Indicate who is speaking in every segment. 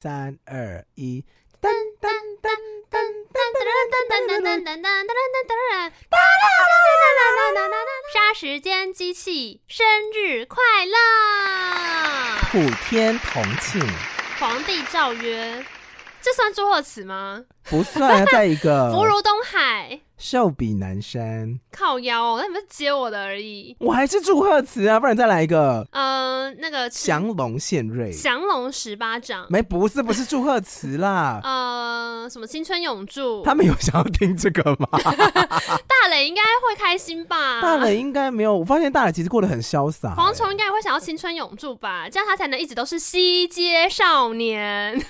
Speaker 1: 三二一，
Speaker 2: 杀时间机器生日快乐！
Speaker 1: 普天同庆，
Speaker 2: 皇帝诏曰，这算祝贺词吗？
Speaker 1: 不算啊，在一个
Speaker 2: 福如东海，
Speaker 1: 寿比南山，
Speaker 2: 靠腰、哦，那你们是接我的而已。
Speaker 1: 我还是祝贺词啊，不然再来一个
Speaker 2: 呃，那个
Speaker 1: 降龙献瑞。
Speaker 2: 降龙十八掌，
Speaker 1: 没，不是，不是祝贺词啦。
Speaker 2: 呃，什么青春永驻，
Speaker 1: 他们有想要听这个吗？
Speaker 2: 大磊应该会开心吧？
Speaker 1: 大磊应该没有，我发现大磊其实过得很潇洒、
Speaker 2: 蝗虫应该也会想要青春永驻吧，这样他才能一直都是西街少年。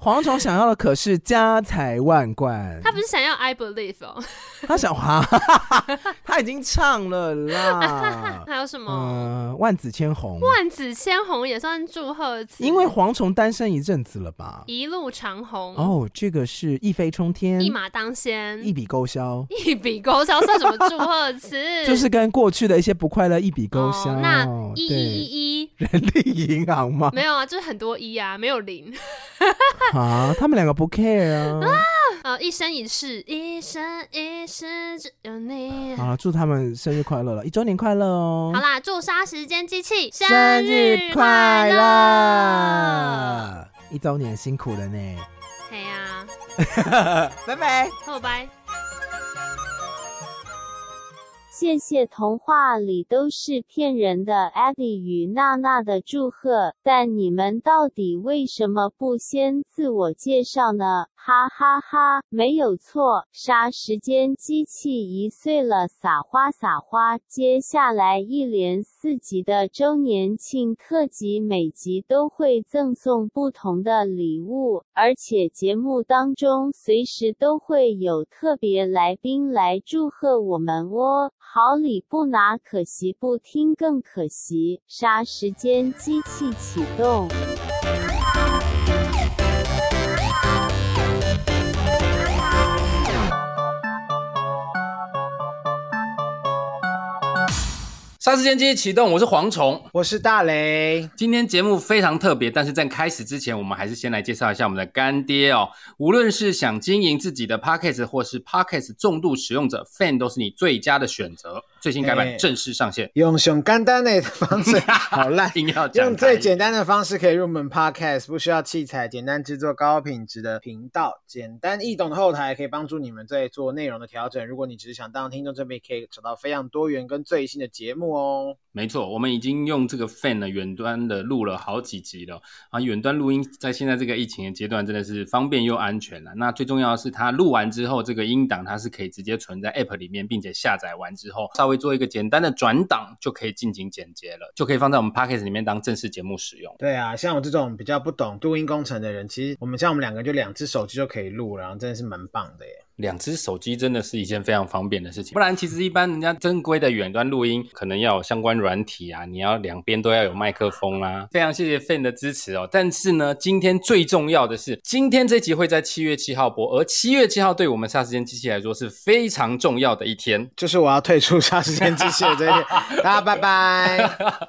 Speaker 1: 蝗虫想要的可是家财万贯，
Speaker 2: 他不是想要 I believe 哦，
Speaker 1: 他想哈，他已经唱了啦。
Speaker 2: 还有什么、
Speaker 1: 啊嗯、万紫千红，
Speaker 2: 万紫千红也算祝贺词，
Speaker 1: 因为蝗虫单身一阵子了吧？
Speaker 2: 一路长虹，
Speaker 1: 哦，这个是一飞冲天，
Speaker 2: 嗯一马当先，
Speaker 1: 一笔勾销，
Speaker 2: 一笔勾销算什么祝贺词？
Speaker 1: 就是跟过去的一些不快乐一笔勾销。
Speaker 2: 嗯哦、那一一一
Speaker 1: 对
Speaker 2: 一。
Speaker 1: 人力银行吗？
Speaker 2: 没有啊，就是很多一啊，没有零。
Speaker 1: 啊，他们两个不 care 啊。
Speaker 2: 呃，一生一世，一生一世只有你。
Speaker 1: 好啊了，祝他们生日快乐了，一周年快乐哦
Speaker 2: 啊好！啦，祝杀时间机器生
Speaker 1: 生
Speaker 2: 日
Speaker 1: 日
Speaker 2: 快
Speaker 1: 快
Speaker 2: 乐！
Speaker 1: 乐，一周年辛苦了 呢，
Speaker 2: 嘿呀、
Speaker 1: 拜拜。
Speaker 2: 啊，拜拜。
Speaker 3: 谢谢童话里都是骗人的 Eddie 与娜娜的祝贺，但你们到底为什么不先自我介绍呢？哈哈哈没有错，杀时间机器一岁了，撒花撒花。接下来一连四集的周年庆特辑，每集都会赠送不同的礼物，而且节目当中随时都会有特别来宾来祝贺我们哦。好礼不拿，可惜不听更可惜。杀时间机器启动。
Speaker 4: 杀时间机器启动，我是蝗虫。
Speaker 5: 我是大雷，
Speaker 4: 今天节目非常特别，但是在开始之前，我们还是先来介绍一下我们的干爹哦。无论是想经营自己的 Podcast 或是 Podcast 重度使用者，Fan 都是你最佳的选择。最新改版
Speaker 5: 哎
Speaker 4: 正式上线，，
Speaker 5: 用上简单的方式，好烂
Speaker 4: 硬要讲
Speaker 5: 用最简单的方式可以入门 Podcast，不需要器材，简单制作高品质的频道，简单易懂的后台可以帮助你们在做内容的调整。如果你只是想当听众，这边可以找到非常多元跟最新的节目哦。
Speaker 4: 没错，我们已经用这个 Fan 的远端的录了好几集了啊！远端录音在现在这个疫情的阶段真的是方便又安全了。那最重要的是，它录完之后，这个音档它是可以直接存在 App 里面，并且下载完之后，稍微做一个简单的转档，就可以进行剪辑了，就可以放在我们 Podcast 里面当正式节目使用。
Speaker 5: 对啊，像我这种比较不懂录音工程的人，其实我们像我们两个就两只手机就可以录了，然后真的是蛮棒的耶。
Speaker 4: 两只手机真的是一件非常方便的事情，不然其实一般人家正规的远端录音，可能要有相关软体啊，你要两边都要有麦克风啊。非常谢谢 Fan 的支持哦。但是呢，今天最重要的是，今天这集会在七月七号播，而七月七号对我们霎时间机器来说是非常重要的一天。
Speaker 5: 就是我要退出杀时间机器的这一天，大家拜拜。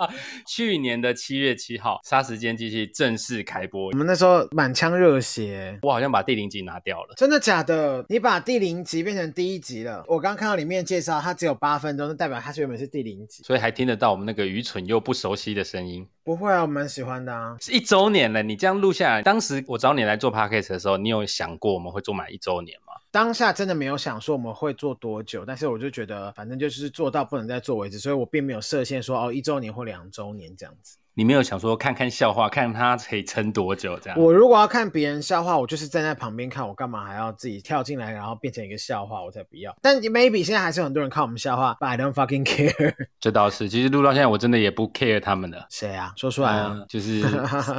Speaker 4: 去年的七月七号，《杀时间机器》正式开播
Speaker 5: 我，们那时候满腔热血，
Speaker 4: 我好像把第零集拿掉了。
Speaker 5: 真的假的？你把第零集变成第一集了？我刚看到里面介绍，它只有八分钟，那代表它原本是第零集。
Speaker 4: 所以还听得到我们那个愚蠢又不熟悉的声音，
Speaker 5: 不会啊，我蛮喜欢的啊。
Speaker 4: 是一周年了，你这样录下来，当时我找你来做 podcast 的时候，你有想过我们会做满一周年吗？
Speaker 5: 当下真的没有想说我们会做多久，但是我就觉得反正就是做到不能再做为止，所以我并没有设限说哦一周年或两周年这样子。
Speaker 4: 你没有想说看看笑话，看他可以撑多久这样？
Speaker 5: 我如果要看别人笑话，我就是站在旁边看，我干嘛还要自己跳进来，然后变成一个笑话，我才不要。但 maybe 现在还是有很多人看我们笑话，but I don't fucking care。
Speaker 4: 这倒是，其实录到现在，我真的也不 care 他们了。
Speaker 5: 谁啊？说出来啊！
Speaker 4: 嗯 就是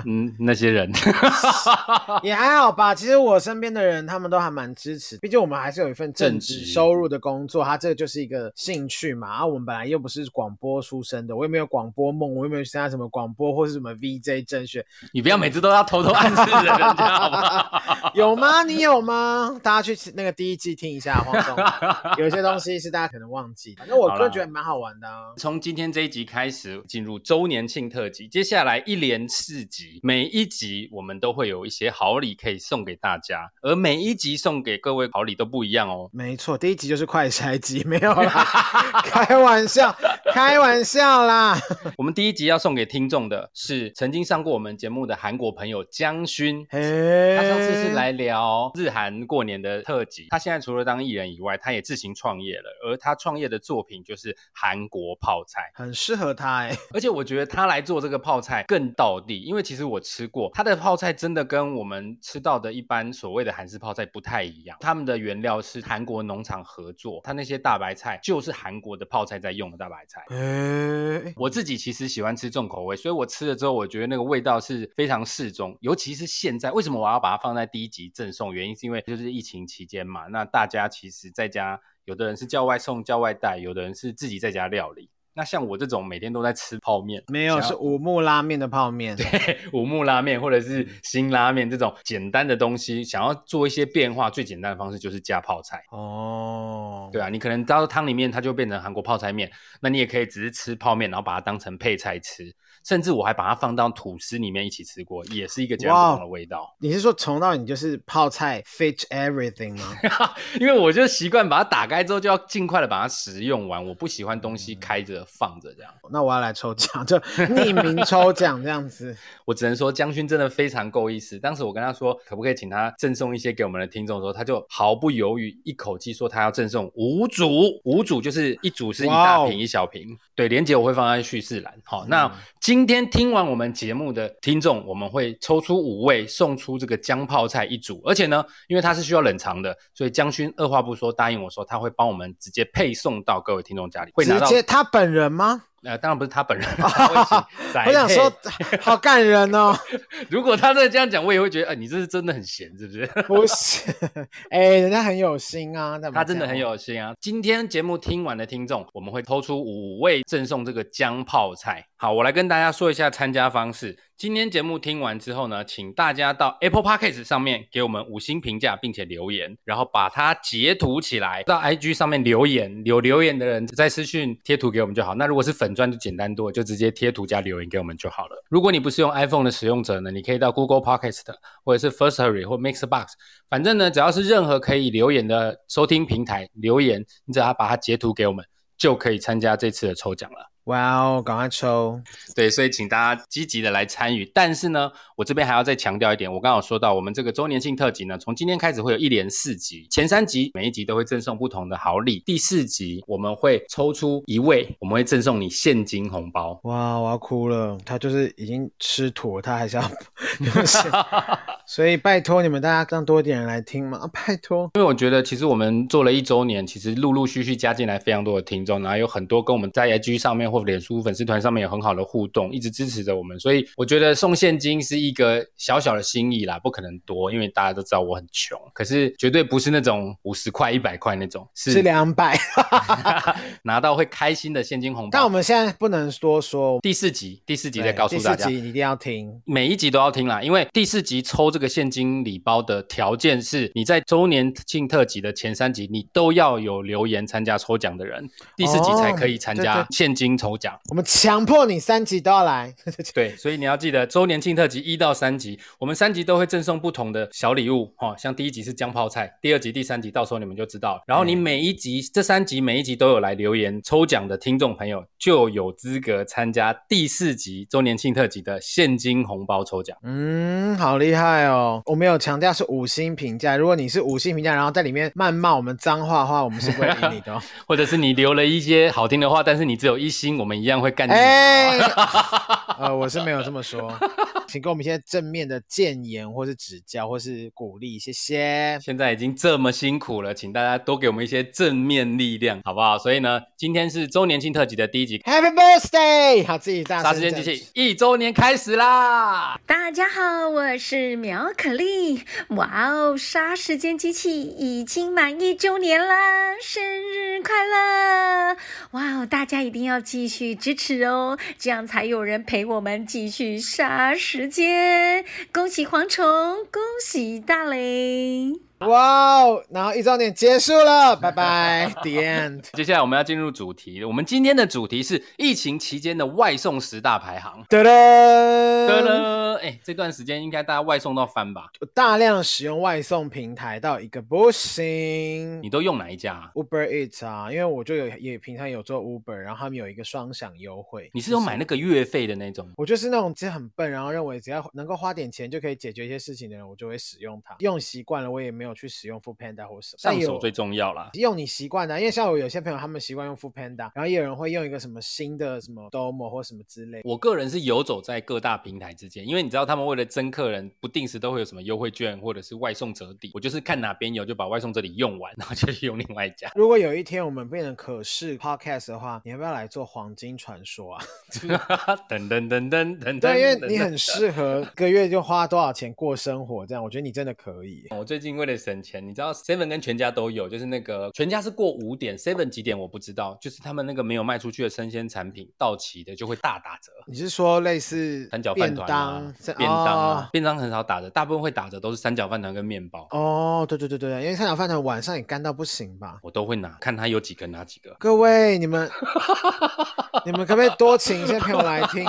Speaker 4: 嗯那些人，
Speaker 5: 也还好吧。其实我身边的人，他们都还蛮支持，毕竟我们还是有一份正
Speaker 4: 正
Speaker 5: 职
Speaker 4: 职
Speaker 5: 收入的工作，它这个就是一个兴趣嘛。啊，我们本来又不是广播出身的，我也没有广播梦，我又没有参加什么广广播或是什么 VJ 甄选，
Speaker 4: 你不要每次都要偷偷暗示人家，好不好？
Speaker 5: 有吗？你有吗？大家去那个第一季听一下黄总，有些东西是大家可能忘记的。那我
Speaker 4: 好
Speaker 5: 个
Speaker 4: 啦
Speaker 5: 人觉得蛮好玩的啊。
Speaker 4: 从今天这一集开始，进入周年庆特辑，接下来一连四集，每一集我们都会有一些好礼可以送给大家，而每一集送给各位好礼都不一样哦。
Speaker 5: 没错，第一集就是快筛集，没有 啦，开玩笑，开玩笑啦。
Speaker 4: 我们第一集要送给听众的是曾经上过我们节目的韩国朋友姜勋。
Speaker 5: 嘿，
Speaker 4: 他上次是来聊日韩过年的特辑。他现在除了当艺人以外，他也自行创业了，而他创业的作品就是韩国泡菜。
Speaker 5: 很适合他哎、
Speaker 4: 而且我觉得他来做这个泡菜更道地，因为其实我吃过他的泡菜，真的跟我们吃到的一般所谓的韩式泡菜不太一样。他们的原料是韩国农场合作，他那些大白菜就是韩国的泡菜在用的大白菜。
Speaker 5: 欸，哎，
Speaker 4: 我自己其实喜欢吃重口味，所以我吃了之后，我觉得那个味道是非常适中。尤其是现在，为什么我要把它放在第一集赠送？原因是因为就是疫情期间嘛，那大家其实在家，有的人是叫外送、叫外带，有的人是自己在家料理。那像我这种每天都在吃泡面，
Speaker 5: 没有，是五木拉面的泡面。
Speaker 4: 五木拉面或者是辛拉面这种简单的东西，想要做一些变化，最简单的方式就是加泡菜。
Speaker 5: 哦，
Speaker 4: 对啊，你可能到汤里面它就变成韩国泡菜面，那你也可以只是吃泡面，然后把它当成配菜吃，甚至我还把它放到吐司里面一起吃过，也是一个截然
Speaker 5: 哦
Speaker 4: 不同的味道。
Speaker 5: 你是说从到你就是泡菜 fit everything 吗？
Speaker 4: 因为我就习惯把它打开之后就要尽快的把它食用完，我不喜欢东西开着放着这样。
Speaker 5: 那我要来抽奖，就匿名抽奖这样子。
Speaker 4: 我只能说江勋真的非常够意思。当时我跟他说可不可以请他赠送一些给我们的听众的时候，他就毫不犹豫一口气说他要赠送五组，五组就是一组是一
Speaker 5: 哇
Speaker 4: 大
Speaker 5: 哦
Speaker 4: 瓶一小瓶。对，连接我会放在叙事栏。好，那今天听完我们节目的听众，我们会抽出五位送出这个姜泡菜一组，而且呢，因为它是需要冷藏的，所以江勋二话不说答应我说他会帮我们直接配送到各位听众家 里，会拿
Speaker 5: 直
Speaker 4: 到。
Speaker 5: 接他本人吗？
Speaker 4: 呃，当然不是他 本人，他会请宅
Speaker 5: 我想
Speaker 4: 配
Speaker 5: 说，好感人哦。
Speaker 4: 如果他真的这样讲，我也会觉得，呃，你这是真的很闲，是不是？
Speaker 5: 不是，哎、人家很有心啊，干嘛
Speaker 4: 他真的
Speaker 5: 这样
Speaker 4: 很有心啊！今天节目听完的听众，我们会抽出五位赠送这个姜泡菜。好，我来跟大家说一下参加方式。今天节目听完之后呢，请大家到 Apple Podcast 上面给我们五星评价，并且留言，然后把它截图起来，到 IG 上面留言。有留言的人再私讯贴图给我们就好。那如果是粉砖就简单多了，就直接贴图加留言给我们就好了。如果你不是用 iPhone 的使用者呢，你可以到 Google Podcast 或者是 Firstory 或 Mixbox 反正呢，只要是任何可以留言的收听平台留言，你只要把它截图给我们，就可以参加这次的抽奖了。
Speaker 5: 哇哦，赶快抽！
Speaker 4: 对，所以请大家积极的来参与。但是呢，我这边还要再强调一点，我刚刚有说到，我们这个周年庆特辑呢，从今天开始会有一连四集，前三集每一集都会赠送不同的好礼，第四集我们会抽出一位，我们会赠送你现金红包。
Speaker 5: 哇，我要哭了，他就是已经吃土，他还是要 用 心，所以拜托你们大家让多一点人来听嘛，啊、拜托。
Speaker 4: 因为我觉得，其实我们做了一周年，其实陆陆续续加进来非常多的听众，然后有很多跟我们在 IG 上面或脸书粉丝团上面有很好的互动，一直支持着我们。所以我觉得送现金是一个小小的心意啦，不可能多，因为大家都知道我很穷，可是绝对不是那种五十块、一百块那种，
Speaker 5: 是
Speaker 4: 是
Speaker 5: 两百，
Speaker 4: 拿到会开心的现金红包。
Speaker 5: 但我们现在不能多说。
Speaker 4: 第四集，第四集
Speaker 5: 对
Speaker 4: 再告诉大
Speaker 5: 第
Speaker 4: 家
Speaker 5: 四集，你一定要听。
Speaker 4: 每一集都要听啦，因为第四集抽这个现金礼包的条件是，你在周年庆特辑的前三集，你都要有留言参加抽奖的人，第四集才可以参
Speaker 5: 对
Speaker 4: 加
Speaker 5: 对
Speaker 4: 现金抽奖。
Speaker 5: 我们强迫你三集都要来，
Speaker 4: 对，所以你要记得周年庆特辑一到三集，我们三集都会赠送不同的小礼物哈、哦，像第一集是姜泡菜，第二集、第三集，到时候你们就知道了。然后你每一集、这三集每一集都有来留言抽奖的听众朋友，就有资格参加第四集周年庆特辑的现金红包抽奖。
Speaker 5: 嗯，好厉害哦！我们有强调是五星评价，如果你是五星评价，然后在里面谩骂我们脏话的话，我们是不会理你 的、哦。
Speaker 4: 或者是你留了一些好听的话，但是你只有一星，我们一样会干掉。啊
Speaker 5: 哎，呃，我是没有这么说，请给我们一些正面的建言，或是指教，或是鼓励，谢谢。
Speaker 4: 现在已经这么辛苦了，请大家多给我们一些正面力量，好不好？所以呢，今天是周年庆特辑的第一集，
Speaker 5: Happy birthday！好，自己大
Speaker 4: 杀
Speaker 5: 声
Speaker 4: 时间
Speaker 5: 讲
Speaker 4: 机器一周年开始啦！
Speaker 6: 大家好，我是苗巧克力！哇哦，杀时间机器已经满一周年啦，生日快乐！哇哦，大家一定要继续支持哦，这样才有人陪我们继续杀时间。恭喜蝗虫，恭喜大雷！
Speaker 5: 哇哦！然后一周年结束了，拜 拜，The End。
Speaker 4: 接下来我们要进入主题，我们今天的主题是疫情期间的外送十大排行。
Speaker 5: 噔
Speaker 4: 得
Speaker 5: 噔，
Speaker 4: 了，哎，这段时间应该大家外送到翻吧？
Speaker 5: 大量使用外送平台到一个不行
Speaker 4: 你。都用哪一家、啊？
Speaker 5: Uber Eats 啊，因为我就有也平常有做 Uber，然后他们有一个双享优惠。
Speaker 4: 你是有买那个月费的那种？
Speaker 5: 我就是那种其实很笨，然后认为只要能够花点钱就可以解决一些事情的人，我就会使用它。用习惯了，我也没有去使用 Food Panda 或什么。但
Speaker 4: 上手
Speaker 5: 有
Speaker 4: 最重要啦。
Speaker 5: 用你习惯的啊，因为像我有些朋友他们习惯用 Food Panda，然后也有人会用一个什么新的什么 Domo 或什么之类。
Speaker 4: 我个人是游走在各大平台之间，因为你知道他们为了争客人，不定时都会有什么优惠券或者是外送折抵。我就是看哪边有就把外送折抵用完，然后就去用另外一家。
Speaker 5: 如果有一天我们变成可视 Podcast 的话，你要不要来做黄金传说啊？
Speaker 4: 等等等等等等，
Speaker 5: 对，因为你很适合 一个月就花多少钱过生活这样，我觉得你真的可以。
Speaker 4: 我最近为了省钱，你知道 Seven 跟全家都有，就是那个全家是过五点，Seven 几点我不知道，就是他们那个没有卖出去的生鲜产品到期的就会大打折。
Speaker 5: 你是说类似
Speaker 4: 三角
Speaker 5: 便
Speaker 4: 饭团
Speaker 5: 当
Speaker 4: 啊、、
Speaker 5: 三
Speaker 4: 便当啊、
Speaker 5: 哦
Speaker 4: 便当很少打折，大部分会打折都是三角饭团跟面包，
Speaker 5: 哦，对对对对，因为三角饭团晚上也干到不行吧？
Speaker 4: 我都会拿，看它有几个拿几个。
Speaker 5: 各位，你们你们可不可以多请一些朋友来听？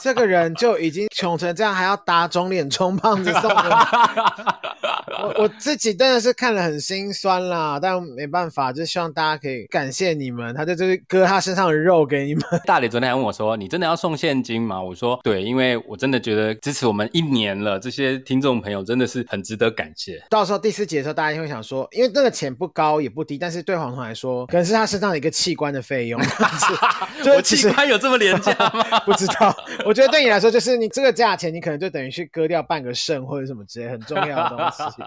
Speaker 5: 这个人就已经穷成这样，还要打肿脸充胖子送我。我我自己真的是看了很心酸啦，但没办法，就希望大家可以感谢你们，他就就是割他身上的肉给你们。
Speaker 4: 大磊昨天还问我说：“你真的要送现金吗？”我说：“对，因为我真的觉得支持我们一年了，这些听众朋友真的是很值得感 谢。
Speaker 5: 到时候第四集的时候，大家就会想说，因为那个钱不高也不低，但是对黄总来说，可能是他身上的一个器官的费 用。是就
Speaker 4: 我
Speaker 5: 是其
Speaker 4: 器
Speaker 5: 实
Speaker 4: 官有这么廉价吗？
Speaker 5: 不知道，我觉得对你来说，就是你这个价钱，你可能就等于去割掉半个肾或者什么之类很重要的东西。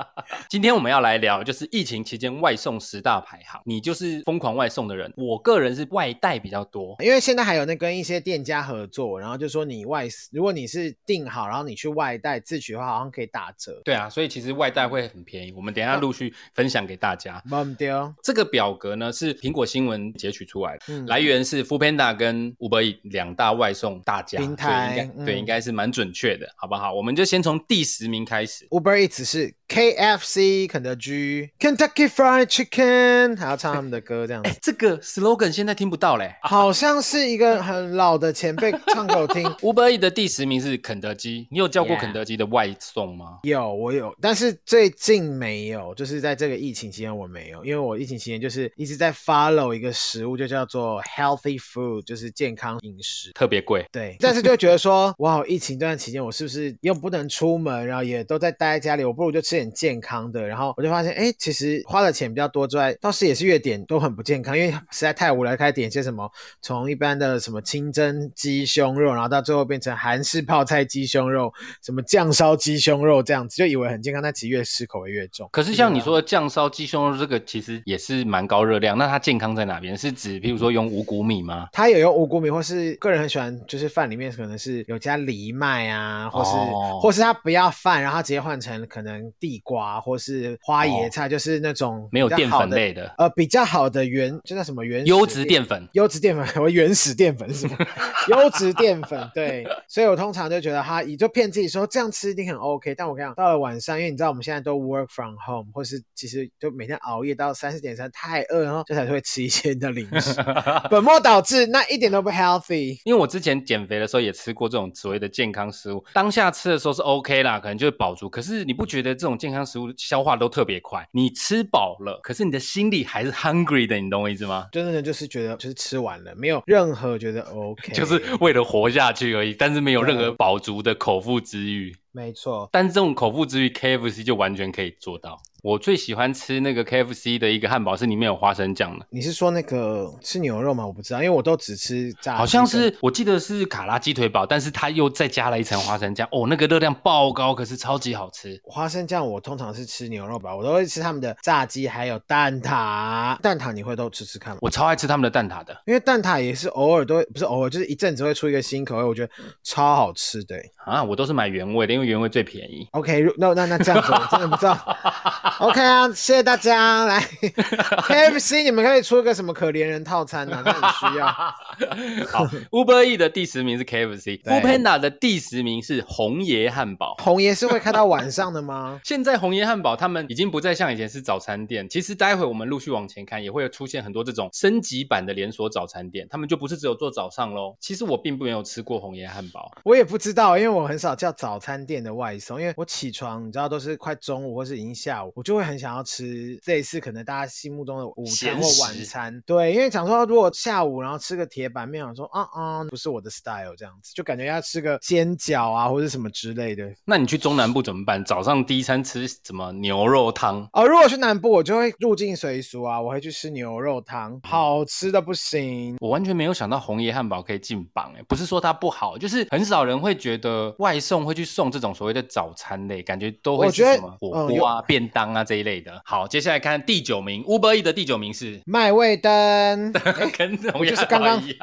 Speaker 4: 今天我们要来聊，就是疫情期间外送十大排行。你就是疯狂外送的人，我个人是外带比较多。
Speaker 5: 因为现在还有那跟一些店家合作，然后就说你外，如果你是订好，然后你去外带自取的话，好像可以打折。
Speaker 4: 对啊，所以其实外带会很便宜。我们等一下陆续分享给大家。
Speaker 5: 忘丢，
Speaker 4: 这个表格呢是苹果新闻截取出来的，
Speaker 5: 嗯
Speaker 4: 来源是 Foodpanda 跟 Uber Eats 两大外送大家
Speaker 5: 平台
Speaker 4: 所以应该、对，
Speaker 5: 嗯
Speaker 4: 应该是蛮准确的，好不好？我们就先从第十名开始。
Speaker 5: Uber Eats 是 KFC 肯德基 Kentucky Fried Chicken，还要唱他们的歌这样子
Speaker 4: 哎，。这个 slogan 现在听不到嘞。
Speaker 5: 好像是一个很老的前辈唱给我听，
Speaker 4: Uber Eats 的第十名是肯德基，你有叫过
Speaker 5: Yeah
Speaker 4: 肯德基的外送吗？
Speaker 5: 有，我有，但是最近没有，就是在这个疫情期间我没有，因为我疫情期间就是一直在 follow 一个食物，就叫做 healthy food，就是健康饮食。
Speaker 4: 特别贵，
Speaker 5: 对，但是就会觉得说，哇，疫情这段期间我是不是又不能出门，然后也都在待在家里，我不如就吃点健康的。然后我就发现，哎，其实花的钱比较多之外，倒是也是越点都很不健康，因为实在太无聊，开始点一些什么从一般的什么清蒸鸡胸肉，然后到最后变成韩式泡菜鸡胸肉，什么酱烧鸡胸肉这样子，就以为很健康，但其实越吃口味越重。
Speaker 4: 可是像
Speaker 5: 啊
Speaker 4: 你说的酱烧鸡胸肉这个，其实也是蛮高热量。那它健康在哪边？是指譬如说用五谷米吗？
Speaker 5: 他也用五谷米，或是个人很喜欢，就是饭里面可能是有加藜麦啊，或是、
Speaker 4: 哦
Speaker 5: 或是他不要饭，然后他直接换成可能地瓜或是花椰菜，就是那种
Speaker 4: 哦没有
Speaker 5: 比较
Speaker 4: 淀
Speaker 5: 好
Speaker 4: 粉
Speaker 5: 的
Speaker 4: 类的，
Speaker 5: 呃，比较好的原就叫什么原始
Speaker 4: 优质淀粉。
Speaker 5: 优质淀粉，我原始淀粉 是什么？优质淀粉，对，所以我通常就觉得他也就骗自己说这样吃一定很 OK，但我跟你讲，到了晚上，因为你知道我们现在都 work from home，或是其实就每天熬夜到三四点三，太饿，然后这才会吃一些的零 食，本末倒置，那一点都不 healthy。
Speaker 4: 因为我之前减肥的时候也吃过这种所谓的健康食物，当下吃的时候是 OK 啦，可能就会饱足。可是你不觉得这种健康食物消化都特别快？你吃饱了，可是你的心里还是 hungry 的，你懂我意思吗？
Speaker 5: 真的就是觉得就是吃完了，没有任何觉得 OK，
Speaker 4: 就是为了活下去而已，但是没有任何饱足的口腹之欲。
Speaker 5: 没错。
Speaker 4: 但是这种口腹之欲，KFC 就完全可以做到。我最喜欢吃那个 KFC 的一个汉堡是里面有花生酱的，
Speaker 5: 你是说那个吃牛肉吗？我不知道，因为我都只吃炸鸡，
Speaker 4: 好像是我记得是卡拉鸡腿堡，但是它又再加了一层花生酱，哦，那个热量爆高，可是超级好吃。
Speaker 5: 花生酱。我通常是吃牛肉堡，我都会吃他们的炸鸡，还有蛋挞。蛋挞你会都吃吃看吗？
Speaker 4: 我超爱吃他们的蛋挞的
Speaker 5: 因为蛋挞也是偶尔都会，不是偶尔，就是一阵子会出一个新口味，我觉得超好吃的欸。
Speaker 4: 啊，我都是买原味的，因为原味最便 宜。
Speaker 5: OK，如那那那这样子，我真的不知道。OK 啊，谢谢大家。来 KFC，你们可以出个什么可怜人套餐啊？那很需要。
Speaker 4: 好，Uber E 的第十名是 KFC，
Speaker 5: 对
Speaker 4: f o o Panda 的第十名是红爷汉堡。
Speaker 5: 红爷是会开到晚上的吗？
Speaker 4: 现在红爷汉堡他们已经不再像以前是早餐店，其实待会我们陆续往前看，也会出现很多这种升级版的连锁早餐店，他们就不是只有做早上喽。其实我并没有吃过红爷汉堡，
Speaker 5: 我也不知道，因为我很少叫早餐店的外送，因为我起床，你知道都是快中午或是已经下午，我就会很想要吃类似可能大家心目中的午餐
Speaker 4: 闲
Speaker 5: 或晚
Speaker 4: 食
Speaker 5: 餐。对，因为想说如果下午然后吃个铁板面，想说啊啊、不是我的 style 这样子，就感觉要吃个煎饺啊或者什么之类的。
Speaker 4: 那你去中南部怎么办？早上第一餐吃什么牛肉汤？
Speaker 5: 哦，如果去南部，我就会入境随俗啊，我会去吃牛肉汤，好吃的不行。
Speaker 4: 我完全没有想到红爷汉堡可以进榜哎，不是说它不好，就是很少人会觉得外送会去送这种所谓的早餐类，感觉都会
Speaker 5: 我
Speaker 4: 是
Speaker 5: 觉得
Speaker 4: 什么火
Speaker 5: 嗯有
Speaker 4: 锅啊、便当啊这一类的。好，接下来看第九名，Uber E 的第九名是
Speaker 5: 麦味 登，
Speaker 4: 跟红
Speaker 5: 我
Speaker 4: 爷
Speaker 5: 就是
Speaker 4: 汉
Speaker 5: 刚
Speaker 4: 堡
Speaker 5: 刚
Speaker 4: 一样。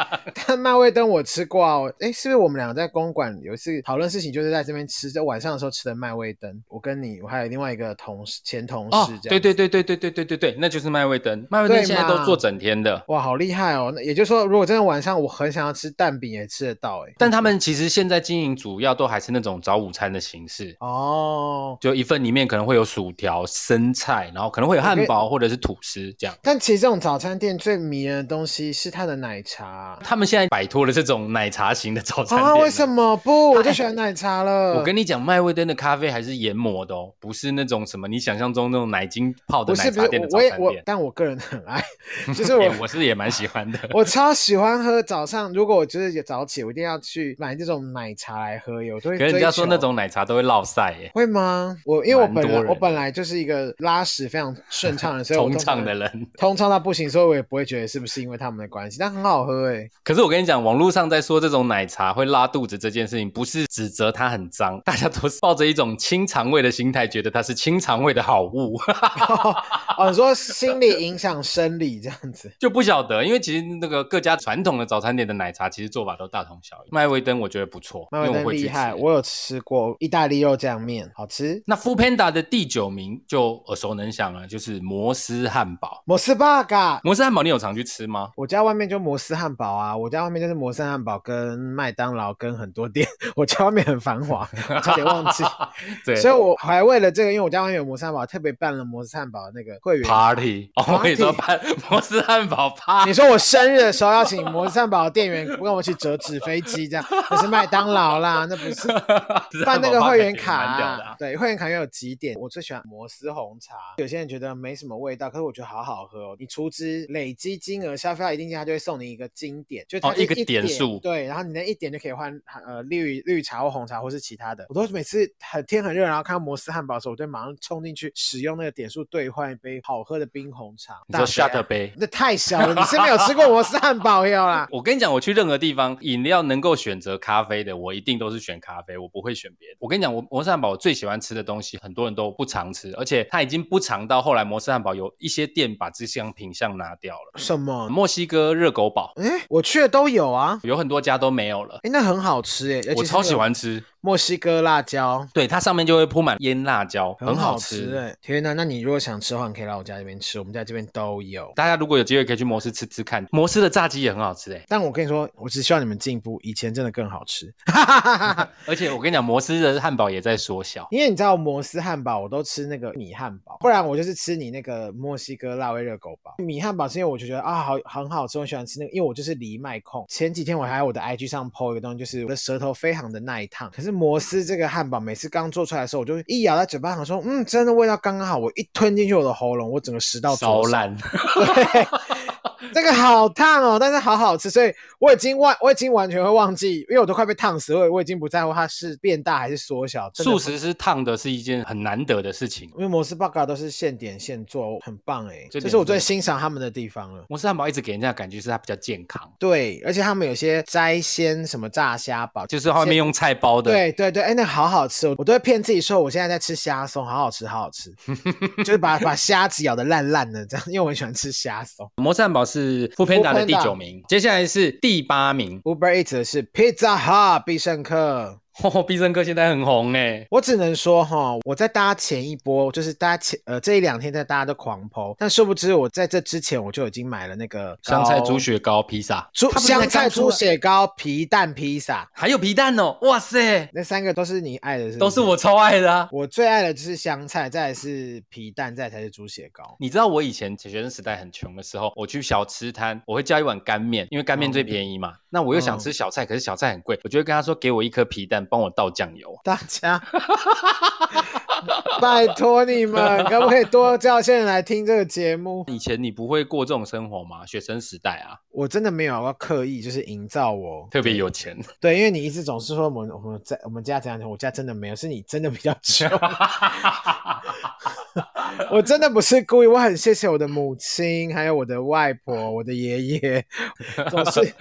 Speaker 5: 但 麦味登我吃过、啊，我哎，是不是我们两个在公馆有一次讨论事情，就是在这边吃，在晚上的时候吃的麦味登。我跟你，我还有另外一个同事前同事
Speaker 4: 哦，
Speaker 5: 这样、
Speaker 4: 对对。对对对对对对对，那就是麦味登，麦味登
Speaker 5: 对
Speaker 4: 现在都
Speaker 5: 嘛
Speaker 4: 做整天的。
Speaker 5: 哇，好厉害哦！那也就是说，如果真的晚上我很想要吃蛋饼，也吃得到哎。
Speaker 4: 但他们其实现在经营主要都还是那种早午餐的形式，
Speaker 5: 哦，
Speaker 4: 就一份里面可能会有薯条、生菜，然后可能会有汉堡或者是吐司这样。
Speaker 5: 但其实这种早餐店最迷人的东西是它的奶茶
Speaker 4: 他们现在摆脱了这种奶茶型的早餐店
Speaker 5: 啊？
Speaker 4: 了
Speaker 5: 为什？么不？我就喜欢奶茶了。
Speaker 4: 我跟你讲，麦味登的咖啡还是研磨的哦，不是那种什么你想象中那种奶精泡的
Speaker 5: 不
Speaker 4: 奶
Speaker 5: 是不
Speaker 4: 茶
Speaker 5: 是
Speaker 4: 店的，
Speaker 5: 我
Speaker 4: 早
Speaker 5: 我也
Speaker 4: 餐
Speaker 5: 我
Speaker 4: 店，。
Speaker 5: 但我个人很爱， 就是我
Speaker 4: 欸我 是也蛮喜 欢的。
Speaker 5: 我超喜欢喝早上，如果我就是早起，我一定要去买这种奶茶来喝，有都会
Speaker 4: 可是人家
Speaker 5: 追求
Speaker 4: 说那种奶茶都会落晒耶，
Speaker 5: 会吗？我因为我
Speaker 4: 蛮多
Speaker 5: 本来
Speaker 4: 人
Speaker 5: 我本来就是一个拉屎非常顺畅的，所以 我
Speaker 4: 通畅的
Speaker 5: 人，
Speaker 4: 人。
Speaker 5: 通畅到不行，所以我也不会觉得是不是因为他们的关系，但很好喝哎、
Speaker 4: 可是我跟你讲，网络上在说这种奶茶会拉肚子这件事情，不是指责它很脏，大家都是抱着一种清肠胃的心态，觉得它是清肠胃的好物，
Speaker 5: 哦，你说心理影响生理这样子，
Speaker 4: 就不晓得。因为其实那个各家传统的早餐店的奶茶，其实做法都大同小异。麦味登我觉得不错，因
Speaker 5: 麦
Speaker 4: 为
Speaker 5: 味
Speaker 4: 我
Speaker 5: 登
Speaker 4: 会去
Speaker 5: 厉害，
Speaker 4: 吃。
Speaker 5: 我有吃过意大利肉酱面，好吃。
Speaker 4: 那 f o o Panda 的第九名就耳熟能详了，就是摩斯汉堡。
Speaker 5: 摩斯巴嘎，
Speaker 4: 摩斯汉堡你有常去吃吗？
Speaker 5: 我家外面就摩斯汉堡啊，我家外面就是摩斯汉堡跟麦当劳跟很多店，我家外面很繁华，我差点忘记。
Speaker 4: 对，
Speaker 5: 所以我还为了这个，因为我家外面有摩斯汉堡，特别办了摩斯汉堡那个会员。
Speaker 4: Party 哦，我跟你说
Speaker 5: Party
Speaker 4: 办摩斯汉堡 Party，
Speaker 5: 你说我生日的时候要请摩斯汉堡的店员跟我去折纸飞机，这样那是麦当劳啦，那不是 办那个会员卡、
Speaker 4: 摩斯汉堡 Party 也蛮屌的啊
Speaker 5: 对，会员卡又有几点？我最喜欢摩斯红茶，有些人觉得没什么味道，可是我觉得好好喝哦。你除之累积金额消费到一定金额，他就会送你一个经典，就它
Speaker 4: 哦
Speaker 5: 是
Speaker 4: 一个
Speaker 5: 点
Speaker 4: 点数
Speaker 5: 对，然后你那一点就可以换呃绿绿茶或红茶或是其他的。我都每次很天很热，然后看到摩斯汉堡的时候，我就马上冲进去使用那个点数兑换一杯好喝的冰红茶。
Speaker 4: 你说
Speaker 5: 大
Speaker 4: shut
Speaker 5: 杯啊
Speaker 4: up 呗。。
Speaker 5: 那太小了，你是没有吃过摩斯汉堡哟啦
Speaker 4: 我跟你讲，我去任何地方，饮料能够选择咖啡的，我一定都是选咖啡，我不会选别的。我跟你讲，我摩斯汉堡我最喜欢吃的东西，很多人都不常吃，而且它已经不常到后来摩斯汉堡有一些店把这项品项拿掉了。呃
Speaker 5: 什么？
Speaker 4: 墨西哥热狗堡
Speaker 5: 哎，我去的都有啊。
Speaker 4: 有很多家都没有了，
Speaker 5: 哎，那很好吃哎，尤其
Speaker 4: 我
Speaker 5: 是
Speaker 4: 超喜
Speaker 5: 那个
Speaker 4: 欢吃。
Speaker 5: 墨西哥辣椒，
Speaker 4: 对，它上面就会铺满腌辣椒，很
Speaker 5: 好
Speaker 4: 好吃。
Speaker 5: 哎。天哪，那你如果想吃的话，你可以来我家这边吃，我们家这边都有。
Speaker 4: 大家如果有机会可以去摩斯吃吃看，摩斯的炸鸡也很好吃哎、
Speaker 5: 但我跟你说，我只希望你们进步，以前真的更好吃。
Speaker 4: 而且我跟你讲，摩斯的汉堡也在缩小。
Speaker 5: 因为你知道摩斯汉堡，我都吃那个米汉堡，不然我就是吃你那个墨西哥辣味热狗堡。米汉堡是因为我就觉得啊，好很好吃，我喜欢吃那个，因为我就是藜麦控。前几天我还在我的 IG 上 PO 一个东西，就是我的舌头非常的耐烫。可是摩斯这个汉堡，每次刚做出来的时候，我就一咬在嘴巴上说，嗯，真的味道刚刚好。我一吞进去我的喉咙，我整个食道灼
Speaker 4: 烧
Speaker 5: 伤。
Speaker 4: 烂，
Speaker 5: 这个好烫哦，但是好好吃，所以我已经忘，我已经完全会忘记，因为我都快被烫死了，我我已经不在乎它是变大还是缩小。真的
Speaker 4: 素食是烫的，是一件很难得的事情。
Speaker 5: 因为摩斯 b u g 都是现点现做，很棒哎、
Speaker 4: 这
Speaker 5: 这
Speaker 4: 点
Speaker 5: 是我最
Speaker 4: 是
Speaker 5: 欣赏他们的地方了。
Speaker 4: 摩斯汉堡一直给人家的感觉是它比较健康，
Speaker 5: 对，而且他们有些斋鲜什么炸虾堡，
Speaker 4: 就是外面用菜包的。，
Speaker 5: 对对对，哎，那好好吃，哦！我都会骗自己说我现在在吃虾松，好好吃，好 好吃，就是把把虾子咬得烂烂的这样，因为我很喜欢吃虾松。
Speaker 4: 摩斯汉堡是 f o o p a n d a 的第
Speaker 5: Foodpanda
Speaker 4: 九名，接下来是第八名。
Speaker 5: Uber Eats 的是 Pizza Hut 必胜客，
Speaker 4: 哦，必胜客现在很红哎，
Speaker 5: 我只能说哈，我在大家前一波，就是大家前呃这一两天在大家都狂抛，但殊不知我在这之前我就已经买了那个
Speaker 4: 香菜
Speaker 5: 高
Speaker 4: 猪血糕披萨，
Speaker 5: 猪
Speaker 4: 它不是才
Speaker 5: 香
Speaker 4: 刚
Speaker 5: 菜
Speaker 4: 出
Speaker 5: 猪
Speaker 4: 来，
Speaker 5: 血糕皮蛋披萨，
Speaker 4: 还有皮蛋哦，哇塞，
Speaker 5: 那三个都是你爱的是不
Speaker 4: 都是我超爱的啊。
Speaker 5: 我最爱的就是香菜，再来是皮蛋，再来才是猪血糕。
Speaker 4: 你知道我以前学生时代很穷的时候，我去小吃摊，我会叫一碗干面，因为干面
Speaker 5: 嗯
Speaker 4: 最便宜嘛。那我又想吃小菜，可是小菜很贵，我就会跟他说：“给我一颗皮蛋，帮我倒酱油。
Speaker 5: 大 家，拜托你们，可不可以多叫些人来听这个节目”？
Speaker 4: 以前你不会过这种生活吗？学生时代啊，
Speaker 5: 我真的没有要刻意就是营造我
Speaker 4: 特别有钱，
Speaker 5: 对，因为你一直总是说我们我们在我们家怎样怎样，我家真的没有，是你真的比较穷。 我真的不是故意，我很谢谢我的母亲，还有我的外婆、我的爷爷，总 是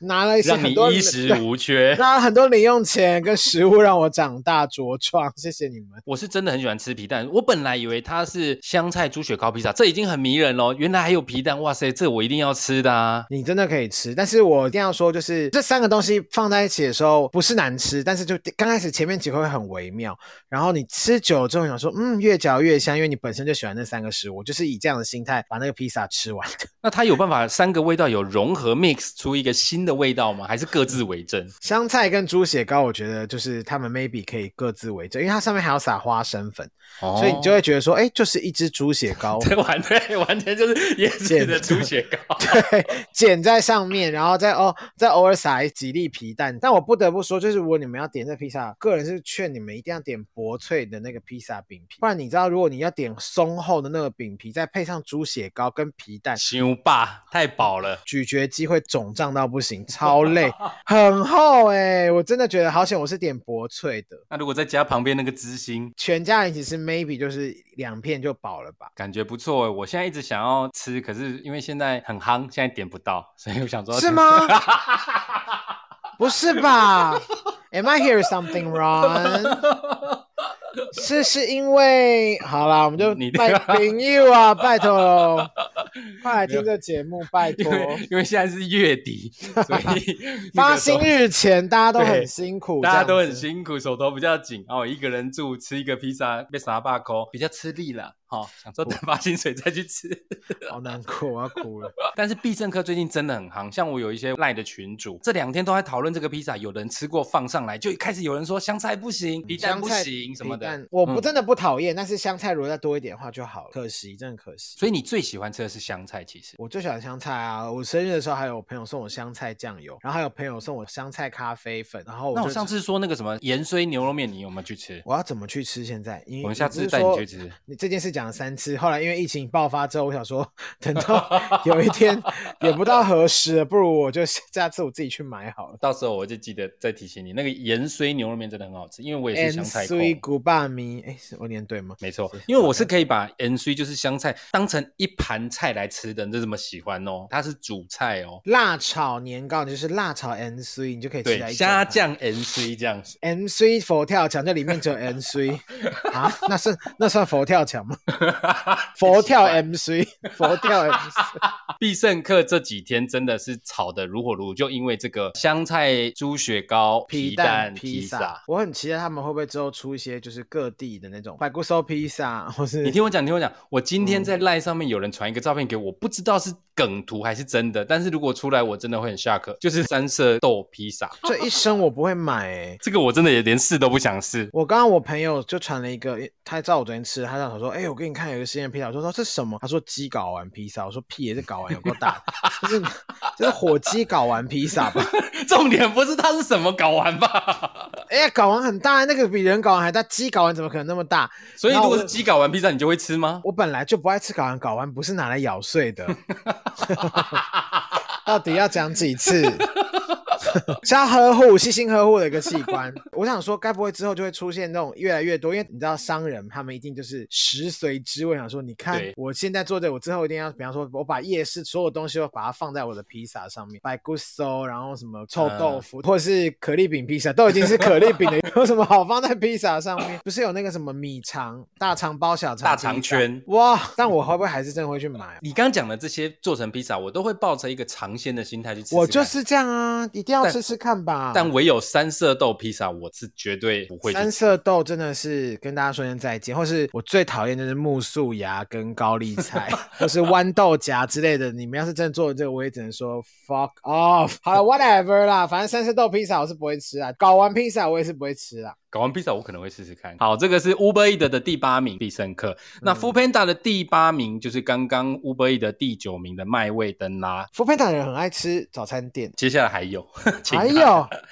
Speaker 5: 拿了一些
Speaker 4: 让你
Speaker 5: 很多
Speaker 4: 衣食无 缺。
Speaker 5: 拿了很多零用钱跟食物让我长大茁壮，谢谢你们。
Speaker 4: 我是真的很喜欢吃皮蛋，我本来以为它是香菜猪血糕披萨，这已经很迷人了。原来还有皮蛋，哇塞，这我一定要吃的啊！
Speaker 5: 你真的可以吃，但是我一定要说，就是这三个东西放在一起的时候不是难吃，但是就刚开始前面几口会很微妙，然后你吃久了之后，想说，嗯，越嚼越香，因为你本身就喜欢那三个食物，我就是以这样的心态把那个披萨吃完。
Speaker 4: 那它有办法三个味道有融合 mix 出一个新的味道吗？还是各自为 政？
Speaker 5: 香菜跟猪血糕，我觉得就是他们 maybe 可以各自为政，因为它上面还要撒花生粉，
Speaker 4: 哦。
Speaker 5: 所以你就会觉得说，哎，就是一只猪血糕
Speaker 4: 这完 对，完全就是椰子的猪血糕。
Speaker 5: 对，剪在上面，然后再哦，再偶尔撒一几粒皮蛋。但我不得不说，就是如果你们要点这披萨，个人是劝你们一定要点薄脆的那个披萨饼皮，不然你知道，如果你要点松厚的那个饼皮，再配上猪血糕跟皮蛋，
Speaker 4: 行吧，太饱了。
Speaker 5: 咀嚼肌会肿胀到不行，超累，很厚哎、我真的觉得好险，我是点薄脆的。
Speaker 4: 那如果再加旁边那个芝心，
Speaker 5: 全家人其实 maybe 就是两片就饱了吧。
Speaker 4: 感觉不错欸诶。我现在一直想要吃，可是因为现在很夯，现在点不到，所以我想说，
Speaker 5: 是吗？不是吧？Am I here something wrong？是是因为好啦，我们就
Speaker 4: 你
Speaker 5: 拜朋友啊，拜托喽，快来听这节目，拜
Speaker 4: 因
Speaker 5: 托。
Speaker 4: 为因为现在是月 底，所以那
Speaker 5: 哦发
Speaker 4: 个时候
Speaker 5: 薪日前，大家都
Speaker 4: 对
Speaker 5: 很辛苦，
Speaker 4: 大家都
Speaker 5: 这样
Speaker 4: 很
Speaker 5: 子。
Speaker 4: 辛苦，手头比较紧哦，一个人住吃一个披萨被啥把扣，比较吃力了。好、想说等发薪水再去吃。
Speaker 5: 好难过，我要哭 了。
Speaker 4: 但是必胜客最近真的很夯，像我有一些赖的群主，这两天都在讨论这个披萨，有人吃过放上来，就开始有人说香菜不行，皮蛋
Speaker 5: 嗯香
Speaker 4: 不
Speaker 5: 菜
Speaker 4: 行什么
Speaker 5: 皮
Speaker 4: 的
Speaker 5: 蛋。我不
Speaker 4: 嗯
Speaker 5: 真的不讨厌，但是香菜如果再多一点的话就好了。可惜，真的可惜。
Speaker 4: 所以你最喜欢吃的是香菜，其实
Speaker 5: 我最喜欢香菜啊！我生日的时候还有朋友送我香菜酱油，然后还有朋友送我香菜咖啡粉，然后我
Speaker 4: 那我
Speaker 5: 就
Speaker 4: 上次说那个什么盐水牛肉面，你有没有去吃？
Speaker 5: 我要怎么去吃？现在你
Speaker 4: 我们下
Speaker 5: 不是
Speaker 4: 次带你
Speaker 5: 说
Speaker 4: 去吃。
Speaker 5: 你这件事讲了三次，后来因为疫情爆发之后，我 想说等到有一天也不到何时了，不如我就下次我自己去买好了。
Speaker 4: 到时候我就记得再提醒你，那个盐水牛肉面真的很好吃，因为我也是香
Speaker 5: N
Speaker 4: 菜
Speaker 5: C
Speaker 4: 控。
Speaker 5: 古巴米，哎，是我念对吗？
Speaker 4: 没错
Speaker 5: 谢谢，
Speaker 4: 因为我是可以把 N C 就是香菜当成一盘菜来吃的，你这么喜欢哦？它是主菜哦，
Speaker 5: 辣炒年糕就是辣炒 N C，你就可以吃
Speaker 4: 对
Speaker 5: 来，
Speaker 4: 虾酱 N C 这样子。
Speaker 5: N C 佛跳墙，这里面只有 N C 啊，那算那算佛跳墙吗？ 佛跳 M C，佛 跳 M C。
Speaker 4: 必胜客这几天真的是炒的如火如荼，就因为这个香菜猪血糕、
Speaker 5: 皮
Speaker 4: 蛋
Speaker 5: 蛋
Speaker 4: 披
Speaker 5: 披
Speaker 4: 萨
Speaker 5: 萨。，我很期待他们会不会之后出一些就是各地的那种百骨烧披萨， 或是
Speaker 4: 你听我讲，你听我讲，我今
Speaker 5: 嗯
Speaker 4: 天在 LINE 上面有人传一个照片给我，我不知道是梗图还是真的，但是如果出来，我真的会很 shock，就是三色豆披萨，
Speaker 5: 这一生我不会买、欸。
Speaker 4: 这个我真的也连试都不想试。
Speaker 5: 我刚刚我朋友就传了一个，他知道我昨天吃，他想说，哎、呦，我给你看有个实验披萨，我说说这是什么？他说鸡睾丸披萨，我说屁也是睾丸有够大的，就是就是火鸡睾丸披萨吧？
Speaker 4: 重点不是它是什么睾丸吧？
Speaker 5: 哎、呀，睾丸很大，那个比人睾丸还大，鸡睾丸怎么可能那么大？
Speaker 4: 所以如果是
Speaker 5: 那我
Speaker 4: 鸡睾丸披萨，你就会吃吗？
Speaker 5: 我本来就不爱吃睾丸，睾丸不是拿来咬碎的。 到底要讲几次？ 是要呵护、细心呵护的一个器官。我想说，该不会之后就会出现那种越来越多？因为你知道，商人他们一定就是食髓知味，想说，你看
Speaker 4: 对
Speaker 5: 我现在做这个，我之后一定要，比方说，我把夜市所有东西都把它放在我的披萨上面，白骨酥，然后什么臭豆腐，或者是可丽饼披萨，都已经是可丽饼了，有什么好放在披萨上面？不是有那个什么米肠、大肠包小肠、
Speaker 4: 大肠圈
Speaker 5: 哇？但我会不会还是真的会去买 啊？
Speaker 4: 你刚讲的这些做成披萨，我都会抱着一个尝鲜的心态去吃吃看
Speaker 5: 我就是这样啊，一定要
Speaker 4: 但
Speaker 5: 吃吃看吧。
Speaker 4: 但唯有三色豆披萨，我是绝对不会去吃
Speaker 5: 三色豆真的是跟大家说声再见，或是我最讨厌就是木素芽跟高丽 菜，或是豌豆荚之类的。你们要是真的做了这个，我也只能说 fuck off。好了，whatever 啦，反正三色豆披萨我是不会吃啊，睾丸披萨我也是不会吃啊。
Speaker 4: 搞完披萨，我可能会试试看。嗯好，这个是 Uber E 的第八名必胜客。那 f o o Panda 的第八名就是刚刚 Uber E 的第九名的麦味登拉。
Speaker 5: 福佩塔人很爱吃早餐店，哎
Speaker 4: 接下来还有， 请
Speaker 5: 还
Speaker 4: 大家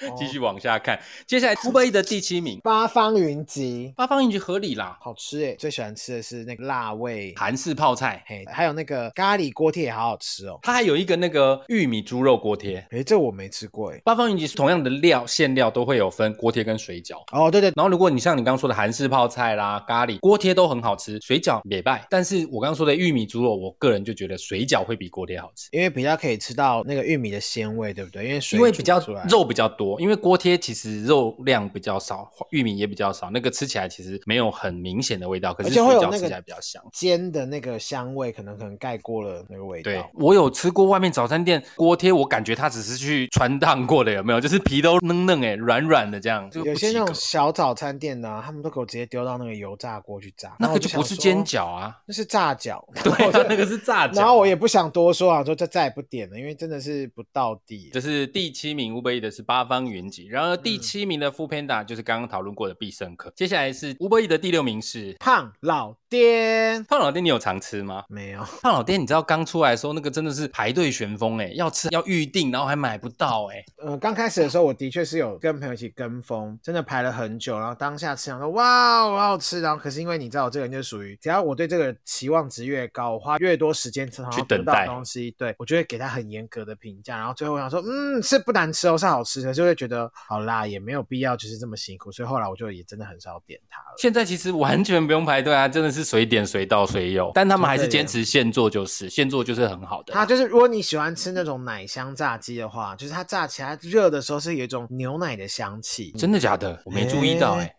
Speaker 5: 有
Speaker 4: 继续往下看。接下来 Uber E 的第七名，
Speaker 5: 八方云集，
Speaker 4: 八方云集合理啦，
Speaker 5: 好吃诶、最喜欢吃的是那个辣味，
Speaker 4: 韩式泡菜，
Speaker 5: 嘿，还有那个咖喱锅贴也好好吃哦。
Speaker 4: 它还有一个那个玉米猪肉锅贴。
Speaker 5: 诶，这我没吃过诶、
Speaker 4: 八方云集同样的料馅料都会有分锅贴跟水饺。
Speaker 5: 哦，对对，
Speaker 4: 然后，如果你像你刚刚说的韩式泡菜啦、咖喱锅贴都很好吃，水饺也败。但是我刚刚说的玉米猪肉，我个人就觉得水饺会比锅贴好吃，
Speaker 5: 因为比较可以吃到那个玉米的鲜味，对不对？因为水
Speaker 4: 因为
Speaker 5: 煮
Speaker 4: 比较
Speaker 5: 出来
Speaker 4: 肉比较多，因为锅贴其实肉量比较少，玉米也比较少，那个吃起来其实没有很明显的味道，可
Speaker 5: 而
Speaker 4: 是
Speaker 5: 且
Speaker 4: 水
Speaker 5: 会有
Speaker 4: 饺
Speaker 5: 那
Speaker 4: 吃
Speaker 5: 个
Speaker 4: 起来比较香。
Speaker 5: 煎的那个香味，可能可能盖过了那个味道。
Speaker 4: 对，我有吃过外面早餐店锅贴，我感觉它只是去穿烫过的，有没有？就是皮都嫩嫩哎、软软的这样，就
Speaker 5: 有
Speaker 4: 不
Speaker 5: 些
Speaker 4: 及
Speaker 5: 那种
Speaker 4: 格
Speaker 5: 小早餐店呢、他们都给我直接丢到那个油炸锅去炸，然
Speaker 4: 那
Speaker 5: 后
Speaker 4: 个
Speaker 5: 我
Speaker 4: 就
Speaker 5: 想
Speaker 4: 不是煎
Speaker 5: 说，
Speaker 4: 饺 啊，
Speaker 5: 那是 炸饺。
Speaker 4: 对啊，那个是炸饺。
Speaker 5: 然后我也不想多说啊，说这再也不点了，因为真的是不到地。
Speaker 4: 这是第七名 Uber E 的是八方云集，然而第七名的 f o o Panda 就是刚刚讨论过的必胜客。接下来是 Uber E 的第六名是
Speaker 5: 胖老爹
Speaker 4: 胖老爹，你有常吃吗？
Speaker 5: 没有，
Speaker 4: 胖老爹，你知道刚出来的时候那个真的是排队旋风哎、要吃要预定，然后还买不到哎、
Speaker 5: 呃，刚开始的时候我的确是有跟朋友一起跟风，真的排了很久，然后当下吃想说哇，哦好好吃，然后可是因为你知道我这个人就属于，只要我对这个期望值越高，我花越多时间吃，然后
Speaker 4: 去
Speaker 5: 得
Speaker 4: 等
Speaker 5: 到
Speaker 4: 待
Speaker 5: 的东西，对我就会给他很严格的评价，然后最后我想说，嗯，是不难吃哦，是好吃的，就会觉得好啦，也没有必要就是这么辛苦，所以后来我就也真的很少点它了。
Speaker 4: 现在其实完全不用排队啊，真的是随点随到随有，但他们还是坚持现做就是，现做就是很好的。
Speaker 5: 它就是，如果你喜欢吃那种奶香炸鸡的话，就是它炸起来热的时候是有一种牛奶的香气，
Speaker 4: 真的假的？我没注意到哎、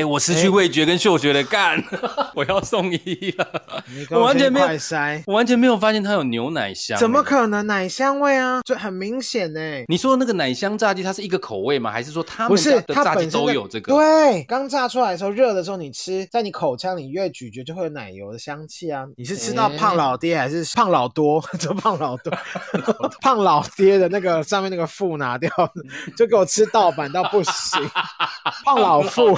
Speaker 4: 哎、我失去味觉跟嗅觉了，干！ 我要送医了
Speaker 5: 你，给
Speaker 4: 我
Speaker 5: 我
Speaker 4: 完全没有
Speaker 5: 先快塞
Speaker 4: 我完全没有发现它有牛奶香、
Speaker 5: 哎怎么
Speaker 4: 哎
Speaker 5: 可能奶香味啊？就很明显呢、
Speaker 4: 你说那个奶香炸鸡，它是一个口味吗？还是说他
Speaker 5: 不
Speaker 4: 们家
Speaker 5: 是，
Speaker 4: 的
Speaker 5: 它
Speaker 4: 炸
Speaker 5: 本
Speaker 4: 鸡
Speaker 5: 身
Speaker 4: 都
Speaker 5: 的
Speaker 4: 有这个？，
Speaker 5: 对，刚炸出来的时候，热的时候你吃，在你口腔里越咀嚼就会有奶油的香气啊。你是吃到胖老爹还是 胖老多？这胖老多， 胖老爹的那个上面那个腹拿掉， 就给我吃盗版到不 行。胖老腹，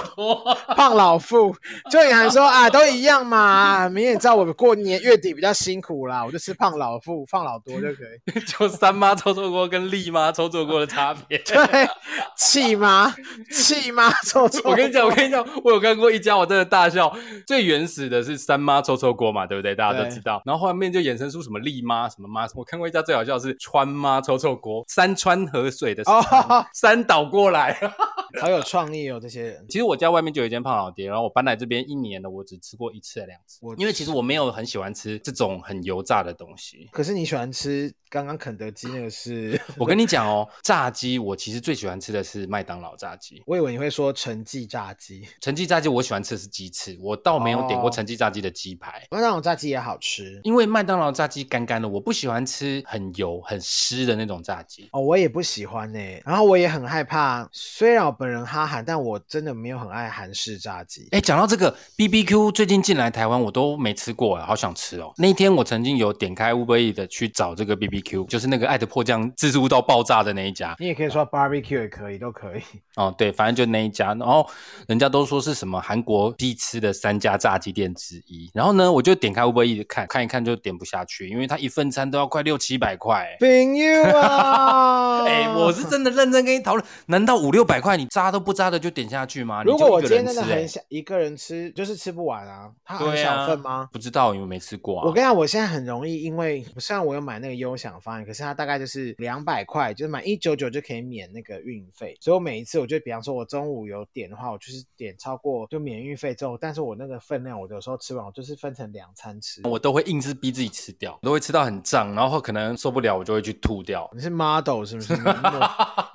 Speaker 5: 胖老腹，就你还说啊，都一样嘛。明也知道我过年月底比较辛苦啦，我就吃胖老腹、胖老多就可以。
Speaker 4: 就三妈臭臭锅跟丽妈臭臭锅的差 别。
Speaker 5: 对，气吗？气吗？臭臭！
Speaker 4: 我跟你讲，我跟你讲，我有看过一家，我真的大笑。最原始的是三妈臭臭锅嘛，对不对？大家都
Speaker 5: 对
Speaker 4: 知道。然后后面就衍生出什么丽妈、什么妈。我看过一家最好笑的是川妈臭臭锅，山川河水的
Speaker 5: 哦
Speaker 4: 川山倒过来。
Speaker 5: 好有创意哦，这些人。
Speaker 4: 其实我家外面就有一间胖老爹，然后我搬来这边一年了，我只吃过一次两次
Speaker 5: 我，
Speaker 4: 因为其实我没有很喜欢吃这种很油炸的东西。
Speaker 5: 可是你喜欢吃刚刚肯德基那个是？，
Speaker 4: 我跟你讲哦，炸鸡我其实最喜欢吃的是麦当劳炸鸡
Speaker 5: 我以为你会说陈记炸鸡，
Speaker 4: 陈记炸鸡我喜欢吃的是鸡翅，我倒没有点过
Speaker 5: 哦
Speaker 4: 陈记炸鸡的鸡排。
Speaker 5: 麦当劳炸鸡也好吃
Speaker 4: 因为麦当劳炸鸡干干的，我不喜欢吃很油、很湿的那种炸鸡。
Speaker 5: 哦，我也不喜欢呢、然后我也很害怕，虽然我本人哈韩，但我真的没有很爱韩式炸鸡。
Speaker 4: 哎，讲到这个 B B Q，最近进来台湾我都没吃过，好想吃哦。那天我曾经有点开 Uber E 的去找这个 B B Q，就是那个爱的迫降自助到爆炸的那一家。
Speaker 5: 你也可 以说 barbecue 也可以，都可以。
Speaker 4: 哦，对，反正就那一家。然后人家都说是什么韩国必吃的三家炸鸡店之一。然后呢，我就点开 Uber E 看看一看，就点不下去，因为它一份餐都要快六七百块。欸
Speaker 5: 朋友 啊，
Speaker 4: 哎、我是真的认真跟你讨论，难道五六百块你扎都不扎的就点下去吗？
Speaker 5: 如果我今天
Speaker 4: 你
Speaker 5: 真
Speaker 4: 就
Speaker 5: 的
Speaker 4: 一个人
Speaker 5: 很
Speaker 4: 吃、
Speaker 5: 想一个人吃，就是吃不完啊，它
Speaker 4: 哎
Speaker 5: 很
Speaker 4: 对
Speaker 5: 小
Speaker 4: 啊，
Speaker 5: 份吗？
Speaker 4: 不知道，因为没吃过、啊。
Speaker 5: 我跟你讲，我现在很容易，因为虽然我有买那个优享方案，可是它大概就是两百块，就是买一九九就可以免那个运费。所以我每一次，我就比方说，我中午有点的话，我就是点超过就免运费之后，但是我那个分量，我有时候吃完，我就是分成两餐吃。
Speaker 4: 我都会硬是逼自己吃掉，我都会吃到很胀，然后可能受不了，我就会去吐掉。
Speaker 5: 你是 model 是不是？名模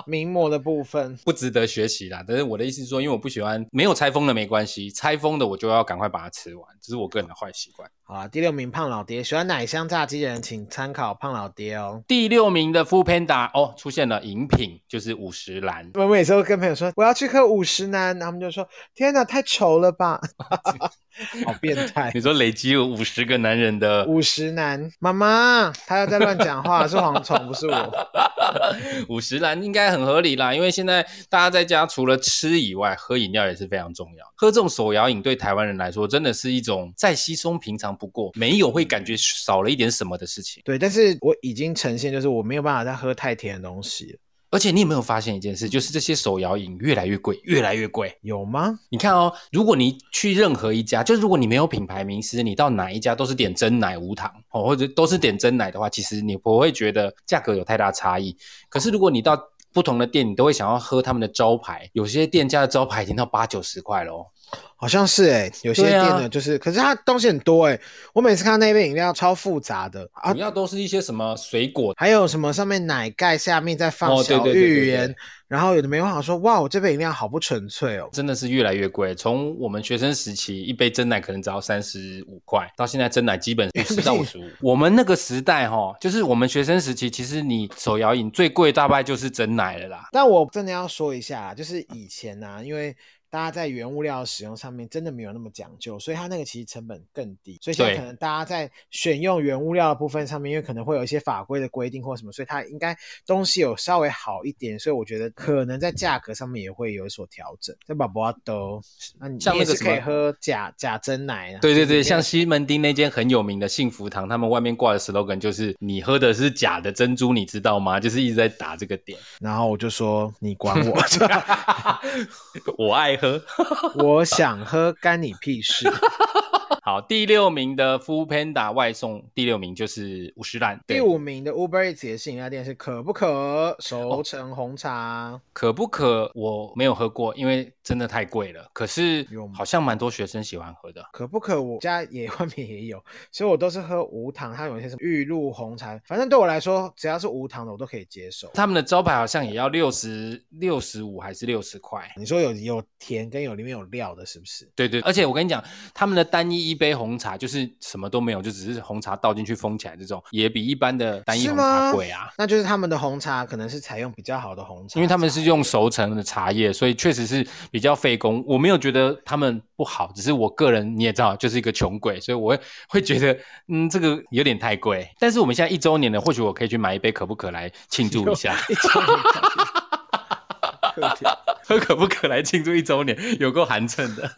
Speaker 5: 名模的部分，
Speaker 4: 不值得学习啦，但是我的意思是说，因为我不喜欢没有拆封的没关系，拆封的我就要赶快把它吃完，这是我个人的坏习惯。
Speaker 5: 好啦，第六名胖老爹，喜欢奶香炸鸡的人请参考胖老爹哦。
Speaker 4: 第六名的 f o o Panda 哦，出现了饮品，就是五十岚，
Speaker 5: 我每次都跟朋友说我要去喝五十男，他们就说天哪，太稠了吧，好变态。
Speaker 4: 你说累积有五十个男人的
Speaker 5: 五十男妈妈，他又在乱讲话，是蝗虫不是我。
Speaker 4: 五十岚应该很合理啦，因为现在大家在家除了吃以外，喝饮料也是非常重要。喝这种手摇饮对台湾人来说，真的是一种再稀松平常不过，没有会感觉少了一点什么的事情。
Speaker 5: 对，但是我已经呈现，就是我没有办法再喝太甜的东西了，
Speaker 4: 而且你有没有发现一件事，就是这些手摇饮越来越贵，越来越贵。
Speaker 5: 有吗？
Speaker 4: 你看哦，如果你去任何一家，就是如果你没有品牌名师，你到哪一家都是点真奶无糖哦，或者都是点真奶的话，其实你不会觉得价格有太大差异。可是如果你到不同的店，你都会想要喝他们的招牌，有些店家的招牌已经到八九十块哦喽。
Speaker 5: 好像是哎、有些
Speaker 4: 对
Speaker 5: 店
Speaker 4: 啊
Speaker 5: 呢，就是，可是它东西很多哎、我每次看到那杯饮料超复杂的啊
Speaker 4: 主，要都是一些什么水果
Speaker 5: 还有什么上面奶盖下面再放
Speaker 4: 哦对
Speaker 5: 小
Speaker 4: 对对对
Speaker 5: 芋
Speaker 4: 对
Speaker 5: 圆，然后有的没办法说，哇，我这杯饮料好不纯粹哦。
Speaker 4: 真的是越来越贵。从我们学生时期，一杯真奶可能只要三十五块，到现在真奶基 本五十到五十五。我们那个时代哈，就是我们学生时期，其实你手摇饮最贵大概就是真奶了啦。
Speaker 5: 但我真的要说一下，啊就是以前呐、因为大家在原物料的使用上面真的没有那么讲究，所以它那个其实成本更低。所以现在
Speaker 4: 对
Speaker 5: 可能大家在选用原物料的部分上面，因为可能会有一些法规的规定或什么，所以它应该东西有稍微好一点。所以我觉得可能在价格上面也会有所调整。这宝宝都，那你
Speaker 4: 像
Speaker 5: 你也
Speaker 4: 那个
Speaker 5: 是
Speaker 4: 什
Speaker 5: 可
Speaker 4: 么
Speaker 5: 以喝假假真奶啊。
Speaker 4: 对对
Speaker 5: 就是
Speaker 4: 对，
Speaker 5: 你
Speaker 4: 像西门町那间很有名的幸福堂，他们外面挂的 slogan 就是“你喝的是假的珍珠，你知道吗？” 就是一直在打这个点。
Speaker 5: 然后我就说你管我，
Speaker 4: 我爱喝。
Speaker 5: 我想喝干你屁事。
Speaker 4: 好，第六名的 Food Panda 外送，第六名就是五十岚。对
Speaker 5: 第五名的 Uber Eats 也是饮料店，是可不可
Speaker 4: 哦
Speaker 5: 熟成红茶？
Speaker 4: 可不可我没有喝过，因为真的太贵了。可是
Speaker 5: 有吗
Speaker 4: 好像蛮多学生喜欢喝的。
Speaker 5: 可不可我家也外面也有，所以我都是喝无糖，它有一些什么玉露红茶，反正对我来说，只要是无糖的我都可以接受。
Speaker 4: 他们的招牌好像也要六十六十五还是六十块？
Speaker 5: 你说有有甜跟有里面有料的，是不是？
Speaker 4: 对对，而且我跟你讲，他们的单一一杯红茶就是什么都没有，就只是红茶倒进去封起来，这种也比一般的单一
Speaker 5: 是
Speaker 4: 红
Speaker 5: 吗
Speaker 4: 茶贵啊。
Speaker 5: 那就是他们的红茶可能是采用比较好的红茶，
Speaker 4: 因为他们是用熟成的茶叶，所以确实是比较费工。我没有觉得他们不好，只是我个人你也知道，就是一个穷鬼，所以我会会觉得，嗯，这个有点太贵。 但是我们现在一周年了，或许我可以去买一杯可不可来庆祝 一
Speaker 5: 啊
Speaker 4: 下，喝可不可来庆祝一 周年，有够寒碜的。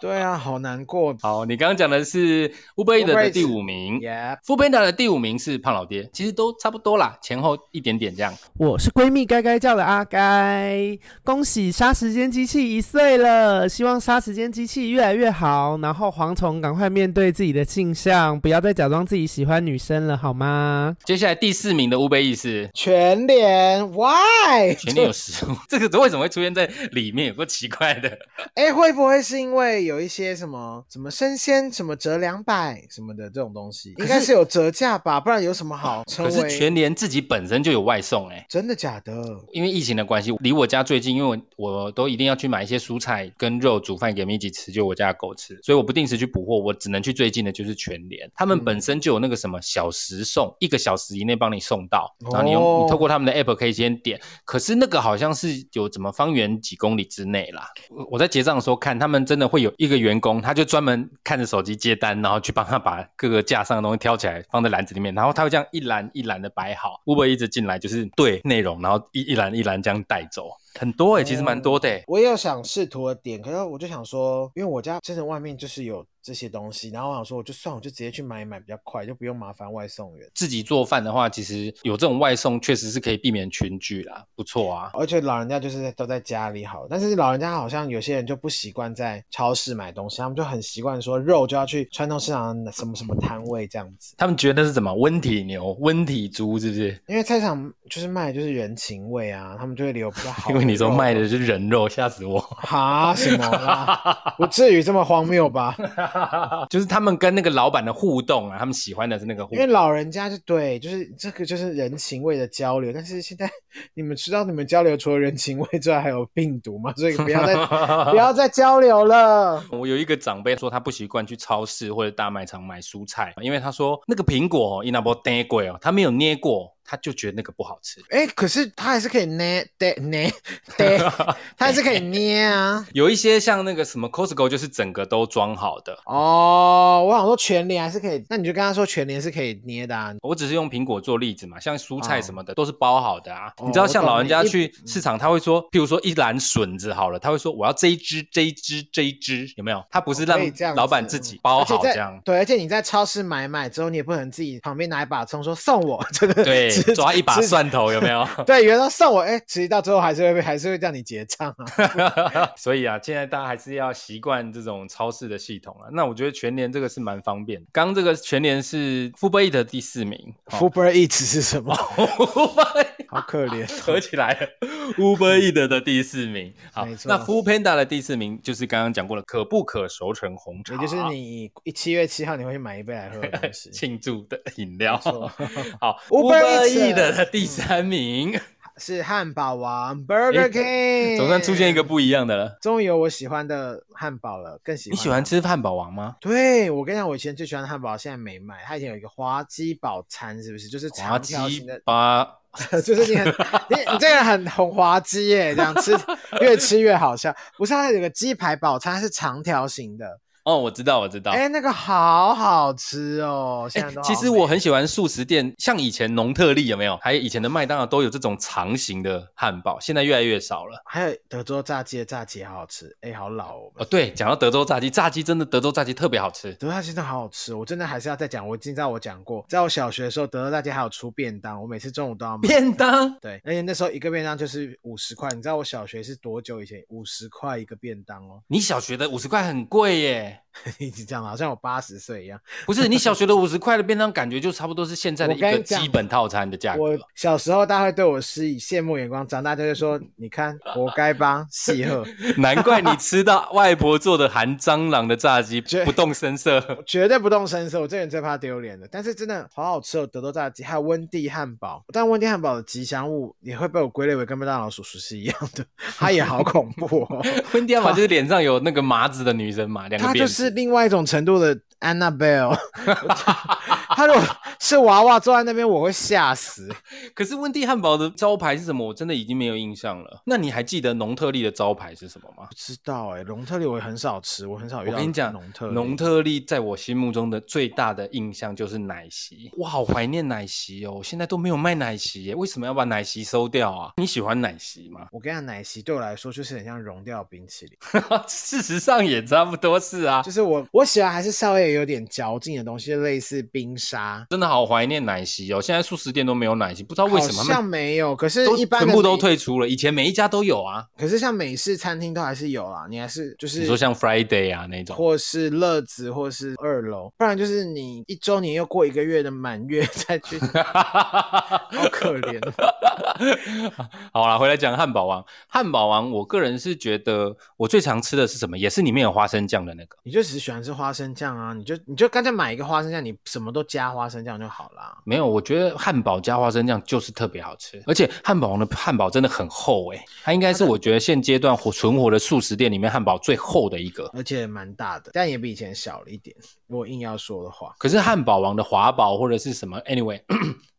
Speaker 5: 对啊，好难过。
Speaker 4: 好，你刚刚讲的是 Uber Eats
Speaker 5: Uber
Speaker 4: 的
Speaker 5: Eats，
Speaker 4: 第五名
Speaker 5: Yep，
Speaker 4: f o o Panda 的第五名是胖老爹，其实都差不多啦，前后一点点这样。
Speaker 7: 我是闺蜜该该叫的阿该，恭喜杀时间机器一岁了，希望杀时间机器越来越好，然后蝗虫赶快面对自己的性向，不要再假装自己喜欢女生了，好吗？
Speaker 4: 接下来第四名的 Uber Eats 是
Speaker 5: 全脸 Why？
Speaker 4: 前面有食物，这个为什么会出现在里面？有个奇怪的。
Speaker 5: 哎，会不会是因为有一些什么什么生鲜什么折两百什么的这种东西，应该是有折价吧，不然有什么好成
Speaker 4: 可
Speaker 5: 为？
Speaker 4: 是全联自己本身就有外送哎、
Speaker 5: 真的假的？
Speaker 4: 因为疫情的关系，离我家最近，因为我我都一定要去买一些蔬菜跟肉煮饭给米奇吃，就我家的狗吃，所以我不定时去补货，我只能去最近的就是全联，他们
Speaker 5: 嗯
Speaker 4: 本身就有那个什么小时送，一个小时以内帮你送到，然后你用、
Speaker 5: 哦
Speaker 4: 你透过他们的 app 可以先点，可是那个好像是有怎么方圆几公里之内啦，我我在结账的时候看，他们真的会有一个员工，他就专门看着手机接单，然后去帮他把各个架上的东西挑起来放在篮子里面，然后他会这样一篮一篮的摆好。Uber 一直进来就是对内容，然后一一篮一篮这样带走，很多哎、其实蛮多的、欸。
Speaker 5: 我也有想试图的点，可是我就想说，因为我家真的外面就是有这些东西，然后我想说，我就算我就直接去买一买比较快，就不用麻烦外送员。
Speaker 4: 自己做饭的话，其实有这种外送，确实是可以避免群聚啦，不错啊。
Speaker 5: 而且老人家就是在都在家里好，但是老人家好像有些人就不习惯在超市买东西，他们就很习惯说肉就要去传统市场的什么什么摊位这样子，
Speaker 4: 他们觉得是什么温体牛、温体猪，是不是？
Speaker 5: 因为菜场就是卖的就是人情味啊，他们就会留比较好。
Speaker 4: 因为你说卖的是人肉，吓死我！
Speaker 5: 哈什么啦，不至于这么荒谬吧？
Speaker 4: 就是他们跟那个老板的互动啊，他们喜欢的是那个互
Speaker 5: 因
Speaker 4: 动
Speaker 5: 为。老人家就对，就是这个就是人情味的交流，但是现在你们知道你们交流除了人情味之外还有病毒吗？所以不要再不 要再交流了。
Speaker 4: 我有一个长辈说，他不习惯去超市或者大卖场买蔬菜，因为他说那个苹果哦，伊那波捏过哦，他没有捏过，他就觉得那个不好吃。
Speaker 5: 哎、可是他还是可以捏捏捏捏，他还是可以捏啊。
Speaker 4: 有一些像那个什么 Costco，就是整个都装好的。
Speaker 5: 哦，我想说全联还是可以，那你就跟他说全联是可以捏的、啊。
Speaker 4: 我只是用苹果做例子嘛，像蔬菜
Speaker 5: 哦
Speaker 4: 什么的、都是包好的啊。
Speaker 5: 哦
Speaker 4: 你知道，
Speaker 5: 我
Speaker 4: 像
Speaker 5: 懂
Speaker 4: 老人
Speaker 5: 你
Speaker 4: 家
Speaker 5: 一
Speaker 4: 去市场，他会说，譬如说一篮笋子好了，他会说我要这一只、这一只、这一只，有没有？他不是让
Speaker 5: 哦可以这样子哦
Speaker 4: 老板自己包
Speaker 5: 而
Speaker 4: 好
Speaker 5: 且在
Speaker 4: 这样，
Speaker 5: 对，而且你在超市买买之后，你也不能自己旁边拿一把葱说送我，这个
Speaker 4: 对，
Speaker 5: 直
Speaker 4: 抓一把
Speaker 5: 直
Speaker 4: 蒜头有没有？
Speaker 5: 对，原来送我，哎、其实到最后还是会被，还是会让你结账啊。
Speaker 4: 所以啊，现在大家还是要习惯这种超市的系统啊。那我觉得全联这个是蛮方便的。刚刚这个全联是 f u b e r e 的第四名
Speaker 5: f u b e r Eats 是什么？
Speaker 4: ，Uber
Speaker 5: 好 可怜哦、
Speaker 4: 合起来了，Uber e a t 的第四名。好
Speaker 5: 没，错
Speaker 4: 那 Food Panda 的第四名就是刚刚讲过了，可不可熟成红茶，
Speaker 5: 也就是你一七月七号你会去买一杯来喝的 东西。
Speaker 4: 庆祝的饮料。
Speaker 5: 错
Speaker 4: 好
Speaker 5: Uber
Speaker 4: ，Uber
Speaker 5: Eats
Speaker 4: e a t 的第三名，
Speaker 5: 是汉堡王 Burger
Speaker 4: 诶
Speaker 5: King，
Speaker 4: 总算出现一个，不一样的了。
Speaker 5: 终于有我喜欢的汉堡了，更喜
Speaker 4: 你
Speaker 5: 欢。
Speaker 4: 喜欢？吃汉堡王吗？
Speaker 5: 对，我跟你讲，我以前最喜欢的汉堡，现在没卖。它以前有一个滑鸡堡餐，是不是？就是
Speaker 4: 滑
Speaker 5: 长条
Speaker 4: 鸡
Speaker 5: 形的，
Speaker 4: 巴。
Speaker 5: 就 是你很你你这个人很很滑稽耶，这样吃越吃越好笑。不是，它有个鸡排堡餐它是长条形的，
Speaker 4: 哦，我知道，我知道。
Speaker 5: 哎、那个好好吃哦！现在都好
Speaker 4: 哎其实
Speaker 5: 美
Speaker 4: 我很喜欢素食店，像以前农特利有没有？还有以前的麦当劳都有这种长形的汉堡，现在越来越少了。
Speaker 5: 还有德州炸鸡的炸鸡好好吃，哎、好老哦。
Speaker 4: 哦，对，讲到德州炸鸡，炸鸡真的德州炸鸡特别好吃。
Speaker 5: 德州炸鸡真的好好吃，我真的还是要再讲。我今道我讲过，在我小学的时候，德州炸鸡还有出便当，我每次中午都要 买。
Speaker 4: 便当，
Speaker 5: 对，而且那时候一个便当就是五十块，你知道我小学是多久以前？五十块一个便当哦，
Speaker 4: 你小学的五十块很贵耶，
Speaker 5: 一直讲好像我八十岁一样。
Speaker 4: 不是？你小学的五十块的便当，感觉就差不多是现在的一
Speaker 5: 我跟
Speaker 4: 个
Speaker 5: 你讲
Speaker 4: 基本套餐的价格
Speaker 5: 我
Speaker 4: 了。
Speaker 5: 小时候大家会对我施以羡慕眼光，长大就会说：“你看，活 该吧，戏鹤。”
Speaker 4: 难怪你吃到外婆做的含蟑螂的炸鸡
Speaker 5: 绝
Speaker 4: 不动声色。
Speaker 5: 绝对不动声色，我这人最怕丢脸的。但是真的好好吃哦，德州炸鸡还有温蒂汉堡，但温蒂汉堡的吉祥物也会被我归类为跟麦当劳叔叔是一样的，它也好恐怖哦。
Speaker 4: 温蒂亚嘛，就是脸上有那个麻子的女生嘛， 两个
Speaker 5: 它
Speaker 4: 辫
Speaker 5: 就
Speaker 4: 子
Speaker 5: 是另外一种程度的 Annabelle，它如果是娃娃坐在那边，我会吓死。
Speaker 4: 可是温蒂汉堡的招牌是什么？我真的已经没有印象了。那你还记得农特利的招牌是什么吗
Speaker 5: 不？知道哎、龙特利我也很少吃，我很少遇
Speaker 4: 我
Speaker 5: 到
Speaker 4: 跟你讲，
Speaker 5: 农特利
Speaker 4: 农特利在我心目中的最大的印象就是奶昔。我好怀念奶昔哦，现在都没有卖奶昔耶，为什么要把奶昔收掉啊？你喜欢奶昔吗？
Speaker 5: 我跟你讲，奶昔对我来说就是很像融掉的冰淇淋。
Speaker 4: 事实上也差不多是啊
Speaker 5: 就。是我我喜欢还是稍微有点嚼劲的东西，就类似冰沙，
Speaker 4: 真的的好怀念奶昔哦，现在素食店都没有奶昔，不知道为什么
Speaker 5: 好
Speaker 4: 他
Speaker 5: 像
Speaker 4: 们
Speaker 5: 没有，可是
Speaker 4: 都
Speaker 5: 一般的
Speaker 4: 全部都
Speaker 5: 美
Speaker 4: 退出了。以前每一家都有啊，
Speaker 5: 可是像美式餐厅都还是有啦，你还是就是
Speaker 4: 你说像 Friday 啊那 种，
Speaker 5: 或是乐子，或是二楼，不然就是你一周年又过一个月的满月 再 去，好
Speaker 4: 好
Speaker 5: 可怜。哦
Speaker 4: 好啦，回来讲汉堡王。汉堡王，我个人是觉得我最常吃的是什么？也是里面有花生酱的那个。
Speaker 5: 你就只喜欢吃花生酱啊，你就你就干脆买一个花生酱，你什么都加花生酱就好啦。
Speaker 4: 没有，我觉得汉堡加花生酱就是特别好吃，而且汉堡王的汉堡真的很厚诶、它应该是我觉得现阶段活存活的素食店里面汉堡最厚的一个。
Speaker 5: 而且蛮大的，但也比以前小了一点。如果硬要说的话，
Speaker 4: 可是汉堡王的华堡或者是什么，anyway，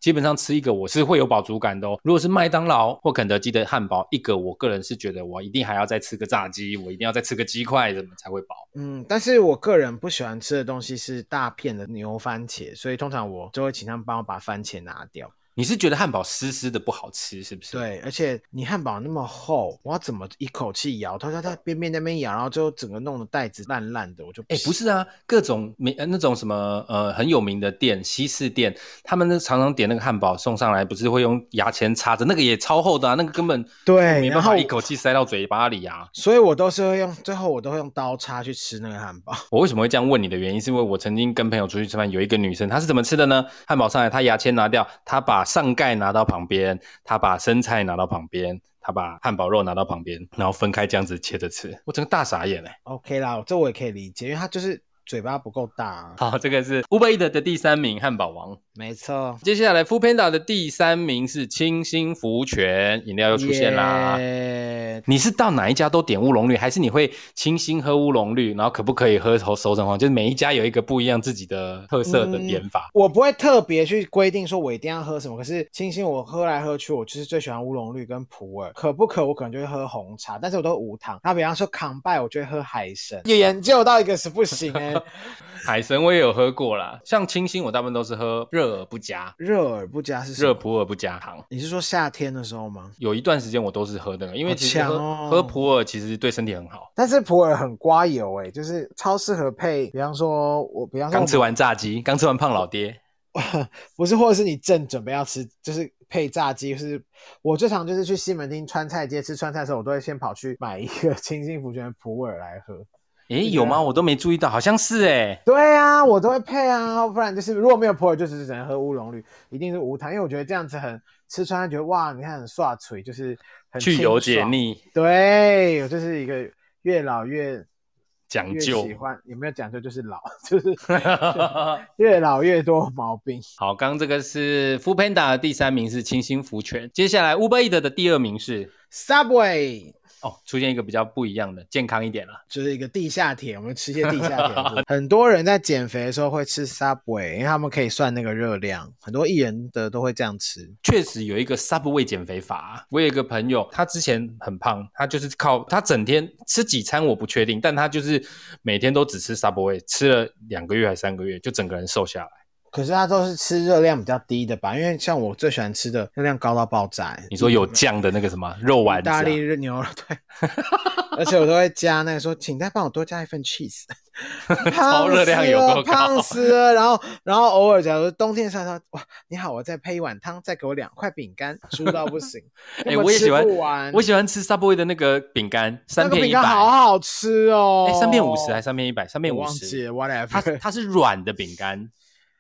Speaker 4: 基 本上吃一个我是会有饱足感的哦。如果是麦当劳或肯德基的汉堡，一个我个人是觉得我一定还要再吃个炸鸡，我一定要再吃个鸡块，怎么才会饱？
Speaker 5: 嗯，但是我个人不喜欢吃的东西是大片的牛番茄，所以通常我就会请他们帮我把番茄拿掉。
Speaker 4: 你是觉得汉堡湿湿的不好吃是不是？，
Speaker 5: 对，而且你汉堡那么厚，我要怎么一口气咬？他他他边边那边咬，然后最后整个弄得袋子烂烂的，我就
Speaker 4: 哎，不
Speaker 5: 行
Speaker 4: 是啊，各种没呃那种什么呃很有名的店，西式店，他们那常常点那个汉堡送上来，不是会用牙签插着，那个也超厚的啊，那个根本
Speaker 5: 对
Speaker 4: 没
Speaker 5: 然
Speaker 4: 办
Speaker 5: 后
Speaker 4: 法一口气塞到嘴巴里啊。
Speaker 5: 所以我都是会用，最后我都会用刀叉去吃那个汉堡。
Speaker 4: 我为什么会这样问你的原因，是因为我曾经跟朋友出去吃饭，有一个女生，她是怎么吃的呢？汉堡上来，她牙签拿掉，她把上盖拿到旁边，她把生菜拿到旁边，她把汉堡肉拿到旁边，然后分开这样子切着吃，我整个大傻眼哎、
Speaker 5: OK 啦，这我也可以理解，因为它就是嘴巴不够大、啊。
Speaker 4: 好，这个是 Uber Eats 的第三名，汉堡王。
Speaker 5: 没错，
Speaker 4: 接下来 f o o Panda 的第三名是清新福泉，饮料又出现啦。
Speaker 5: 耶
Speaker 4: 你是到哪一家都点乌龙绿，还是你会清新喝乌龙绿，然后可不可以喝头熟成黄？就是每一家有一个不一样自己的特色的
Speaker 5: 嗯
Speaker 4: 点法。
Speaker 5: 我不会特别去规定说我一定要喝什么，可是清新我喝来喝去，我就是最喜欢乌龙绿跟普洱，可不可我可能就会喝红茶，但是我都无糖。那比方说康拜，我就会喝海参。研究到一个是不行 哎、
Speaker 4: 海神我也有喝过啦，像清新我大部分都是喝热尔不加，
Speaker 5: 热尔不加是什么
Speaker 4: 热普洱不加糖。
Speaker 5: 你是说夏天的时候吗？
Speaker 4: 有一段时间我都是喝那个，因为其实
Speaker 5: 好
Speaker 4: 喝、
Speaker 5: 强哦
Speaker 4: 喝普洱其实对身体很好。
Speaker 5: 但是普洱很刮油哎、就是超适合配，比方说我比方说我
Speaker 4: 刚
Speaker 5: 们
Speaker 4: 吃完炸鸡，刚吃完胖老爹，
Speaker 5: 不是，或者是你正准备要吃，就是配炸鸡，就是我最常就是去西门町川菜街吃川菜的时候，我都会先跑去买一个 清新福泉的普洱来喝。
Speaker 4: 诶，
Speaker 5: 对啊
Speaker 4: 有吗？我都没注意到，好像是诶。
Speaker 5: 对啊，我都会配啊，不然就是如果没有普洱，就是只能喝乌龙绿，一定是无糖，因为我觉得这样子很吃川菜，觉得哇，你看很刷嘴，就是很
Speaker 4: 去油解
Speaker 5: 腻。
Speaker 4: 腻，
Speaker 5: 对，我就是一个越老越
Speaker 4: 讲
Speaker 5: 越
Speaker 4: 究
Speaker 5: 喜。欢，有没有讲究就是老， 就是越老越多毛病。
Speaker 4: 好，刚刚这个是 f o o Panda 的第三名是清新福泉，接下来 Uber Eat 的第二名是
Speaker 5: Subway
Speaker 4: 哦，出现一个比较不一样的，健康一点了。
Speaker 5: 就是一个地下铁，我们吃些地下铁的 部分。很多人在减肥的时候会吃 Subway，因为他们可以算那个热量。很多艺人的都会这样吃。
Speaker 4: 确实有一个 Subway 减肥法啊、我有一个朋友，他之前很胖，他就是靠他整天吃几餐我不确定，但他就是每天都只吃 Subway，吃了两个月还三个月，就整个人瘦下来。
Speaker 5: 可是他都是吃热量比较低的吧？因为像我最喜欢吃的热量高到爆炸、欸
Speaker 4: 你说有酱的那个什么肉
Speaker 5: 意
Speaker 4: 丸子、啊
Speaker 5: 大，利热牛肉 对，而且我都会加那个说，请再帮我多加一份 cheese，
Speaker 4: 超热量有够高
Speaker 5: 胖死了胖死了。然后，然后偶尔假如冬天的时候，他说哇，你好，我再配一碗汤，再给我两块饼干，猪到不行。
Speaker 4: 哎、
Speaker 5: 根本
Speaker 4: 我也
Speaker 5: 吃
Speaker 4: 喜欢
Speaker 5: 不完，
Speaker 4: 我喜欢吃 Subway 的那个饼干，
Speaker 5: 那
Speaker 4: 三
Speaker 5: 个
Speaker 4: 片
Speaker 5: 饼
Speaker 4: 一
Speaker 5: 干
Speaker 4: 百，
Speaker 5: 好好吃哦，
Speaker 4: 哎、三片五十还是三片一百？三片
Speaker 5: 我
Speaker 4: 五
Speaker 5: 忘记
Speaker 4: 十
Speaker 5: 了，
Speaker 4: 它
Speaker 5: whatever，
Speaker 4: 它是软的饼 干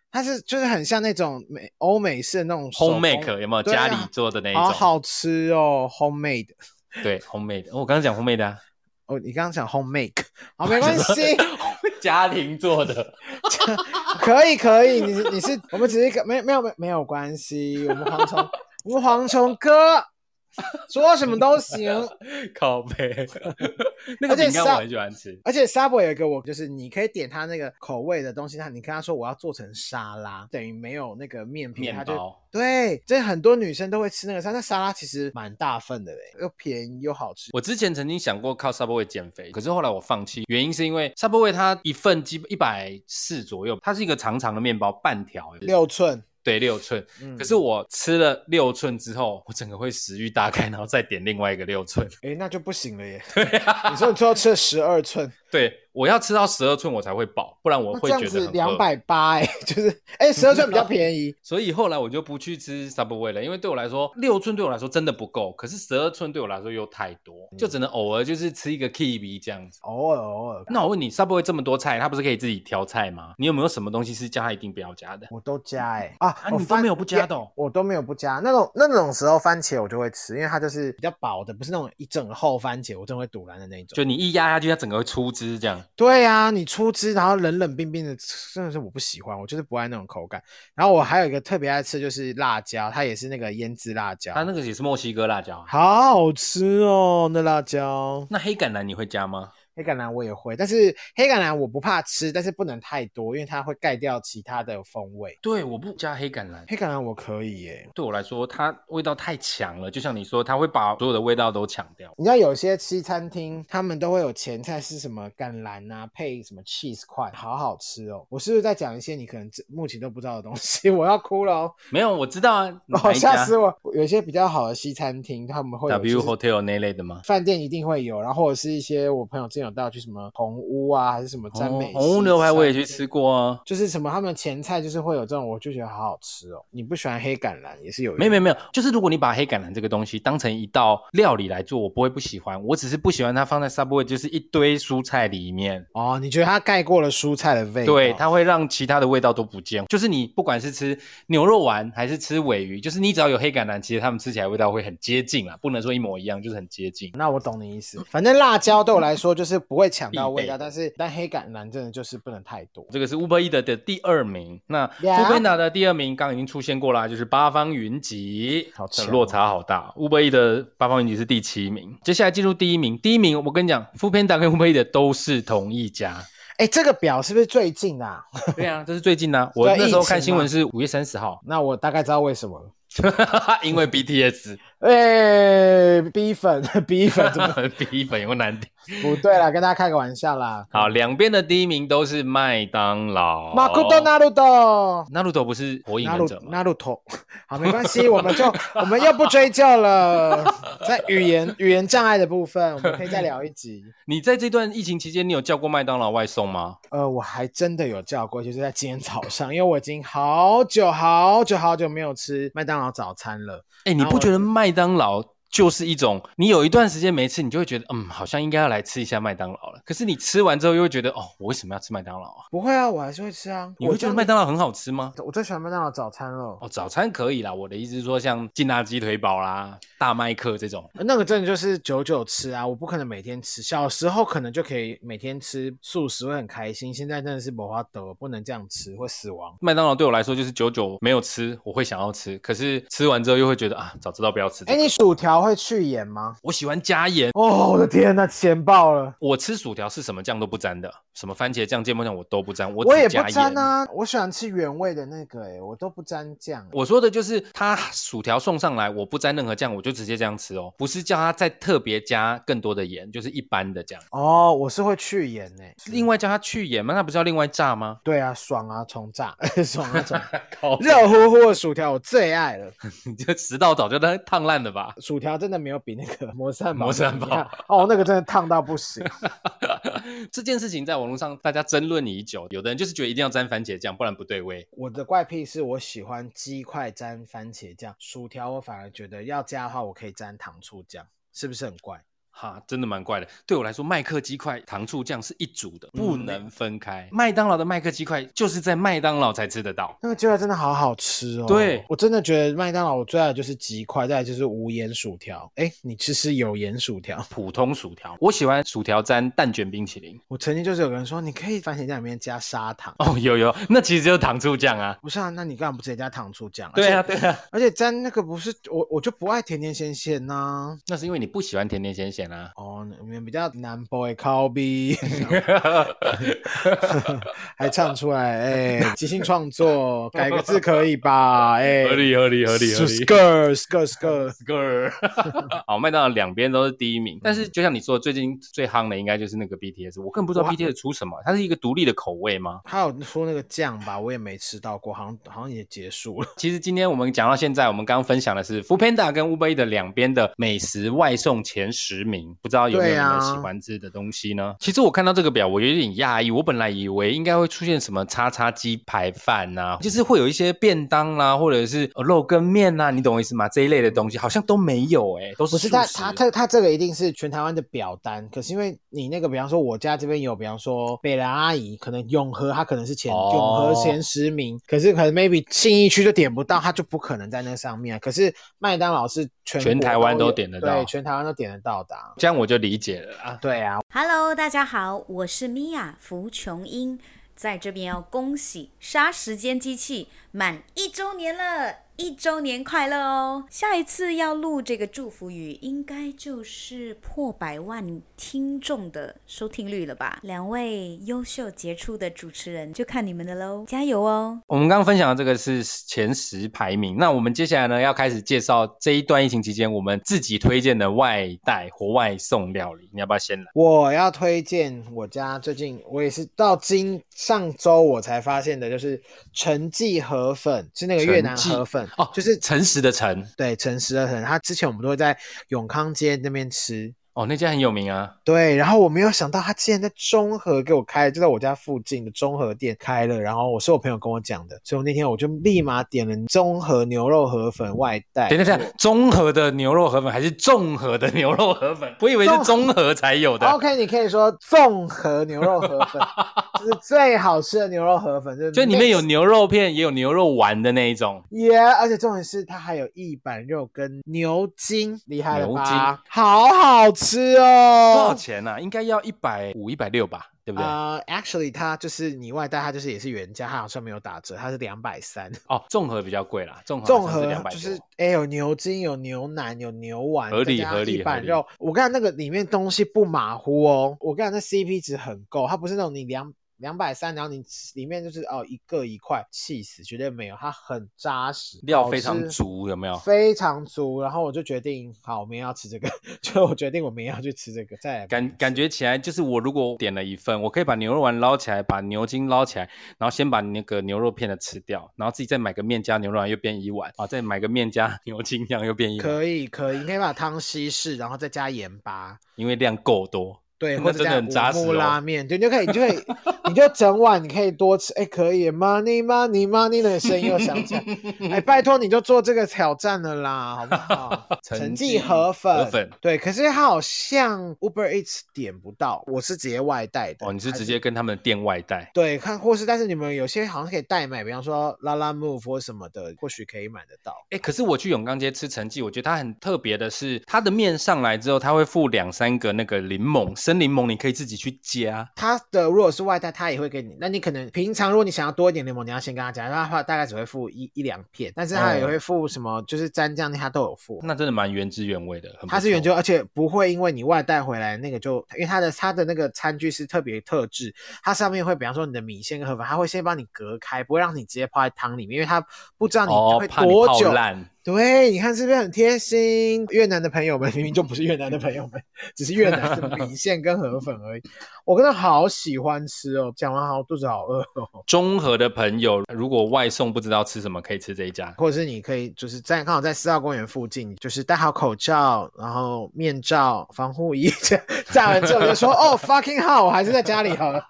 Speaker 5: 它是就是很像那种美欧美式的那种手工
Speaker 4: ，home make 有没有
Speaker 5: 对啊
Speaker 4: 家里做的那一种？
Speaker 5: 好好吃哦，homemade。
Speaker 4: 对，home made。哦我刚刚讲 home made 啊，
Speaker 5: 哦，你刚刚讲 homemade，好，没关系，
Speaker 4: 家庭做的。
Speaker 5: 可以可以，你是你是我们只是一个没没有没有没有关系，我们蝗虫，我们蝗虫哥说什么都行。
Speaker 4: 靠 背，那个饼干我很喜欢吃。
Speaker 5: 而且 Subway 有一个我就是你可以点它那个口味的东西，它你跟他说我要做成沙拉，等于没有那个面皮，它
Speaker 4: 面
Speaker 5: 就
Speaker 4: 包，
Speaker 5: 对，这很多女生都会吃那个沙拉，那沙拉其实蛮大份的嘞，又便宜又好吃。
Speaker 4: 我之前曾经想过靠 Subway 减肥，可是后来我放弃，原因是因为 Subway 它一份基一百四左右，它是一个长长的面包，半条
Speaker 5: 六寸，
Speaker 4: 对六寸。
Speaker 5: 嗯
Speaker 4: 可是我吃了六寸之后，我整个会食欲大开，然后再点另外一个六寸。啊
Speaker 5: 哎，那就不行了耶。你说你最后吃了十二寸，
Speaker 4: 对，我要吃到十二寸我才会饱，不然我
Speaker 5: 那
Speaker 4: 会
Speaker 5: 这样
Speaker 4: 觉得
Speaker 5: 子
Speaker 4: 很
Speaker 5: 两
Speaker 4: 饿，
Speaker 5: 百八哎， 就是哎十二寸比较便宜
Speaker 4: 所以后来我就不去吃 Subway 了，因为对我来说，六寸对我来说真的不够，可是十二寸对我来说又太多，
Speaker 5: 嗯
Speaker 4: 就只能偶尔就是吃一个 kiwi 这样子。
Speaker 5: 偶尔偶尔
Speaker 4: 那我问你，Subway 这么多菜，它不是可以自己挑菜吗？你有没有什么东西是叫他一定不要加的？
Speaker 5: 我都加哎啊
Speaker 4: 啊，
Speaker 5: 我
Speaker 4: 你都
Speaker 5: 番
Speaker 4: 没有不加的哦
Speaker 5: 我都没有不加那种那种时候番茄我就会吃，因为它就是比较薄的，不是那种一整厚番茄，我真的会堵烂的那种。
Speaker 4: 就你一压下去，它整个会出汁这样。
Speaker 5: 对啊，你出汁，然后冷冷冰冰的，真的是我不喜欢，我就是不爱那种口感。然后我还有一个特别爱吃，就是辣椒，它也是那个腌制辣椒，
Speaker 4: 啊它那个也是墨西哥辣椒啊。
Speaker 5: 好好吃哦，那辣椒。
Speaker 4: 那黑橄榄你会加吗？
Speaker 5: 黑橄榄我也会，但是黑橄榄我不怕吃，但是不能太多，因为它会盖掉其他的风味。
Speaker 4: 对，我不加黑橄榄。
Speaker 5: 黑橄榄我可以耶，
Speaker 4: 对我来说，它味道太强了，就像你说，它会把所有的味道都抢掉。
Speaker 5: 你知道有些西餐厅他们都会有前菜是什么橄榄啊，配什么 cheese 块，好好吃哦。我是不是在讲一些你可能这目前都不知道的东西？ 我要哭了哦。
Speaker 4: 没有，我知道啊，哪
Speaker 5: 哦，
Speaker 4: 一家
Speaker 5: 吓死我！有一些比较好的西餐厅，他们会有
Speaker 4: ！W
Speaker 5: 就是
Speaker 4: Hotel 那类的吗？
Speaker 5: 饭店一定会有，然后或者是一些我朋友之前有带我去什么红屋啊，还是什么
Speaker 4: 哦
Speaker 5: 詹美西
Speaker 4: 红屋牛排我也去
Speaker 5: 餐
Speaker 4: 吃过啊。
Speaker 5: 就是什么他们前菜就是会有这种，我就觉得好好吃哦。你不喜欢黑橄榄也是有，
Speaker 4: 没有没有没有，就是如果你把黑橄榄这个东西当成一道料理来做，我不会不喜欢，我只是不喜欢它放在 Subway 就是一堆蔬菜里面，
Speaker 5: 哦，你觉得它盖过了蔬菜的味道？
Speaker 4: 对，它会让其他的味道都不见。就是你不管是吃牛肉丸还是吃尾鱼，就是你只要有黑橄榄，其实它们吃起来味道会很接近啦，不能说一模一样，就是很接近。
Speaker 5: 那我懂你意思。反正辣椒对我来说就是不会抢到味
Speaker 4: 必备
Speaker 5: 道，但是但黑橄榄真的就是不能太多。
Speaker 4: 这个是 Uber E 的的第二名，那
Speaker 5: Yeah
Speaker 4: f o o 的第二名刚刚已经出现过啦，就是八方云集，
Speaker 5: 好强哦
Speaker 4: 落差好大。Uber E 的八方云集是第七名，接下来进入第一名，第一名我跟你讲 f o o 跟 Uber E 的都是同一 家，
Speaker 5: 哎，这个表是不是最近啊？
Speaker 4: 对啊，这是最近呢、我
Speaker 5: 对
Speaker 4: 那时候
Speaker 5: 疫情
Speaker 4: 看新闻
Speaker 5: 嘛，
Speaker 4: 是五月三十号
Speaker 5: 那我大概知道为什么了。啊
Speaker 4: 因为 BTS
Speaker 5: 哎，B 粉 ，B 粉 怎么
Speaker 4: B 粉有个难听。
Speaker 5: 不对啦，跟大家开个玩笑啦。
Speaker 4: 好，两边的第一名都是麦当劳，
Speaker 5: 马库多纳鲁多，
Speaker 4: 纳鲁头不是火影
Speaker 5: 纳
Speaker 4: 忍
Speaker 5: 鲁
Speaker 4: 者吗？
Speaker 5: 纳鲁头，好，没关系，我们就我们又不追究了。在语言语言障碍的部分，我们可以再聊一集。
Speaker 4: 你在这段疫情期间，你有叫过麦当劳外送吗？
Speaker 5: 呃，我还真的有叫过，就是在今天早上，因为我已经好久好久好久没有吃麦当劳早餐了。
Speaker 4: 哎、你
Speaker 5: 然后
Speaker 4: 不
Speaker 5: 我
Speaker 4: 觉得麦当劳就是一种，你有一段时间没吃，你就会觉得，嗯，好像应该要来吃一下麦当劳了。可是你吃完之后，又会觉得，哦，我为什么要吃麦当劳啊？
Speaker 5: 不会啊，我还是会吃啊。
Speaker 4: 你
Speaker 5: 我
Speaker 4: 会觉得
Speaker 5: 这样
Speaker 4: 麦当劳很好吃吗？
Speaker 5: 我最喜欢麦当劳早餐了。
Speaker 4: 哦，早餐可以啦。我的意思是说，像劲辣鸡腿堡啦、大麦克这种，
Speaker 5: 呃那个真的就是久久吃啊，我不可能每天吃。小时候可能就可以每天吃素食，会很开心。现在真的是没法得，不能这样吃，会死亡。
Speaker 4: 麦当劳对我来说就是久久没有吃，我会想要吃，可是吃完之后又会觉得啊，早知道不要吃、这
Speaker 5: 哎，
Speaker 4: 个。
Speaker 5: 你薯条会去盐吗？
Speaker 4: 我喜欢加盐，
Speaker 5: 哦，我的天呐，咸爆了！
Speaker 4: 我吃薯条是什么酱都不沾的，什么番茄酱、芥末酱我都不沾，我
Speaker 5: 我也
Speaker 4: 只
Speaker 5: 不
Speaker 4: 加
Speaker 5: 沾
Speaker 4: 盐。
Speaker 5: 啊，我喜欢吃原味的那个、哎，我都不沾酱。欸
Speaker 4: 我说的就是它薯条送上来，我不沾任何酱，我就直接这样吃哦，不是叫它再特别加更多的盐，就是一般的酱。
Speaker 5: 哦，我是会去盐呢、
Speaker 4: 另外叫它去盐吗？那不是要另外炸吗？
Speaker 5: 对啊，爽啊，重炸， 爽 啊，重炸
Speaker 4: 靠
Speaker 5: 热乎乎的薯条我最爱了，
Speaker 4: 你这食道早就烫烫烂了吧？
Speaker 5: 薯条真的没有比那个 摩斯汉堡
Speaker 4: 摩斯汉
Speaker 5: 怎
Speaker 4: 堡
Speaker 5: 么样哦，那个真的烫到不行。
Speaker 4: 这件事情在网络上大家争论已久，有的人就是觉得一定要沾番茄酱，不然不对味。
Speaker 5: 我的怪癖是我喜欢鸡块沾番茄酱，薯条我反而觉得要加的话，我可以沾糖醋酱，是不是很怪？
Speaker 4: 哈，真的蛮怪的。对我来说，麦克鸡块、糖醋酱是一组的，不能分开。麦当劳的麦克鸡块就是在麦当劳才吃得到。
Speaker 5: 那个鸡块真的好好吃哦！
Speaker 4: 对
Speaker 5: 我真的觉得麦当劳我最爱的就是鸡块，再来就是无盐薯条。哎，你吃吃有盐薯条？
Speaker 4: 普通薯条，我喜欢薯条沾蛋卷冰淇淋。
Speaker 5: 我曾经就是有个人说，你可以番茄酱里面加砂糖。
Speaker 4: 哦，有有，那其实就是糖醋酱啊。
Speaker 5: 不是啊，那你干嘛不直接加糖醋酱？
Speaker 4: 对啊，
Speaker 5: 而且
Speaker 4: 对啊，
Speaker 5: 而且沾那个不是我，我就不爱甜甜咸咸呐、
Speaker 4: 那是因为你不喜欢甜甜咸咸 啊。
Speaker 5: 哦，你们比较南 boy 靠 逼， 还唱出来，哎、即兴 创作，改个字可以吧？哎、
Speaker 4: 合理
Speaker 5: Skirt skirt skirt，
Speaker 4: Girl，好， 麦当劳两边都是第一名，但是就像你说的，最近最夯的应该就是那个 BTS，我根本不知道
Speaker 5: 哇
Speaker 4: BTS 出什么，它是一个独立的口味吗？
Speaker 5: 还有说那个酱吧，我也没吃到过，好像好像也结束了。
Speaker 4: 其实今天我们讲到现在，我们刚刚分享的是 f o o Panda 跟 Uber Eats 的两边的美食外送前十名。明，不知道有没有
Speaker 5: 对
Speaker 4: 你
Speaker 5: 啊
Speaker 4: 们喜欢吃的东西呢？其实我看到这个表，我有点讶异，我本来以为应该会出现什么叉叉鸡排饭呐、就是会有一些便当啦、或者是呃肉羹面呐、你懂我意思吗？这一类的东西好像都没有、欸，都
Speaker 5: 不
Speaker 4: 是
Speaker 5: 是
Speaker 4: 素
Speaker 5: 他
Speaker 4: 食
Speaker 5: 他他他这个一定是全台湾的表单，可是因为你那个，比方说我家这边有，比方说北兰阿姨，可能永和她可能是前、
Speaker 4: 哦
Speaker 5: 永和前十名，可是可能 maybe 信义区就点不到，她就不可能在那上面。啊可是麦当劳是全
Speaker 4: 全
Speaker 5: 国
Speaker 4: 台湾
Speaker 5: 有
Speaker 4: 都点得到
Speaker 5: 对，全台湾都点得到的啊、
Speaker 4: 这样我就理解了啊。
Speaker 5: 对啊，
Speaker 8: Hello，大家好，我是米娅福琼英，在这边要恭喜《杀时间机器》满一周年了，一周年快乐哦！下一次要录这个祝福语，应该就是破百万听众的收听率了吧？两位优秀杰出的主持人，就看你们的喽，加油哦！
Speaker 4: 我们刚刚分享的这个是前十排名，那我们接下来呢要开始介绍这一段疫情期间我们自己推荐的外带或外送料理，你要不要先来？
Speaker 5: 我要推荐我家最近我也是到今上周我才发现的，就是陈记河粉，是那个越南
Speaker 4: 陈记
Speaker 5: 河粉
Speaker 4: 哦
Speaker 5: 就是
Speaker 4: 诚实的诚
Speaker 5: 对陈实的很，他之前我们都会在永康街那边吃。
Speaker 4: 哦，那家很有名啊。
Speaker 5: 对，然后我没有想到他竟然在中和给我开，就在我家附近的中和店开了。然后我是我朋友跟我讲的，所以我那天我就立马点了中和牛肉河粉外 带。
Speaker 4: 等一下等一下，综合的牛肉河粉还是综合的牛肉河粉？我以为是综合才有的。
Speaker 5: 哦 OK，你可以说凤和牛肉河 粉，这是最好吃的牛肉河粉，就是
Speaker 4: 就里面有
Speaker 5: mix
Speaker 4: 牛肉片，也有牛肉丸的那一种。
Speaker 5: 耶而且重点是它还有一板肉跟牛筋，厉害了
Speaker 4: 牛
Speaker 5: 吧？好好吃哦！
Speaker 4: 多少钱啊呢、啊？应该要一百五、一百六吧，对不对？
Speaker 5: 呃、a c t u a l l y 它就是你外带，它就是也是原价，它好像没有打折，它是两百三。
Speaker 4: 哦，综合比较贵啦， 综合
Speaker 5: 综合
Speaker 4: 两百
Speaker 5: 就是哎、有牛筋，有牛腩，有牛丸，
Speaker 4: 合理
Speaker 5: 再加
Speaker 4: 合理
Speaker 5: 一
Speaker 4: 合
Speaker 5: 板
Speaker 4: 理
Speaker 5: 肉。我跟你讲那个里面东西不马虎哦，我跟你讲那 CP 值很够，它不是那种你两两百三，然后你吃里面就是哦一个一块，气死，绝对没有，它很扎实，
Speaker 4: 料
Speaker 5: 好
Speaker 4: 非常
Speaker 5: 吃
Speaker 4: 足，有没有？
Speaker 5: 非常足，然后我就决定，好，我明天要吃这个， 就我决定我明天要去吃这个，再来
Speaker 4: 感感觉起来就是，我如果点了一份，我可以把牛肉丸捞起来，把牛筋捞起来，然后先把那个牛肉片的吃掉，然后自己再买个面加牛肉丸又变一碗啊，再买个面加 牛筋这样又变一碗，
Speaker 5: 可以可以，你可以把汤稀释，然后再加盐巴，
Speaker 4: 因为量够多。
Speaker 5: 对，
Speaker 4: 那
Speaker 5: 或者
Speaker 4: 真的
Speaker 5: 加
Speaker 4: 很扎
Speaker 5: 五
Speaker 4: 实
Speaker 5: 木
Speaker 4: 哦
Speaker 5: 拉面，对，你就可以，你就可以，你就整碗你可以多吃，哎， 可以，money money money 的声音又响 起来，哎，拜托你就做这个挑战了啦，好不 好？陈记
Speaker 4: 河
Speaker 5: 河粉，
Speaker 4: 粉
Speaker 5: 对，可是它好像 Uber Eats 点不到，我是直接外带的，
Speaker 4: 哦，你是
Speaker 5: 还
Speaker 4: 直接跟他们的店外带。
Speaker 5: 对，看或是，但是你们有些好像可以代买，比方说拉拉 move 或什么的，或许可以买得到。
Speaker 4: 哎，可是我去永康街吃陈记，我觉得它很特别的是，它的面上来之后，它会附两三个那个柠檬，生柠檬，你可以自己去加。
Speaker 5: 它的如果是外带，它也会给你。那你可能平常如果你想要多一点柠檬，你要先跟他讲，那他大概只会付一一两片，但是他也
Speaker 4: 哦
Speaker 5: 会付什么，就是蘸酱那些他都有付。
Speaker 4: 那真的蛮原汁原味的，很不
Speaker 5: 它是原
Speaker 4: 错
Speaker 5: 汁，而且不会因为你外带回来那个就，因为它的它的那个餐具是特别特制，它上面会比方说你的米线跟河粉，它会先帮你隔开，不会让你直接泡在汤里面，因为它不知道你
Speaker 4: 哦
Speaker 5: 会，
Speaker 4: 怕你
Speaker 5: 多
Speaker 4: 泡
Speaker 5: 久
Speaker 4: 烂。
Speaker 5: 对，你看是不是很贴心？越南的朋友们明 明就不是越南的朋友们，只是越南的米线跟河粉而已。我真的好喜欢吃哦，讲完好肚子好饿哦。
Speaker 4: 中和的朋友，如果外送不知道吃什么，可以吃这一家。
Speaker 5: 或者是你可以就是在刚好在四号公园附近，就是戴好口罩，然后面罩、防护衣， 这样炸完之后就说哦 fucking 好，我还是在家里好了。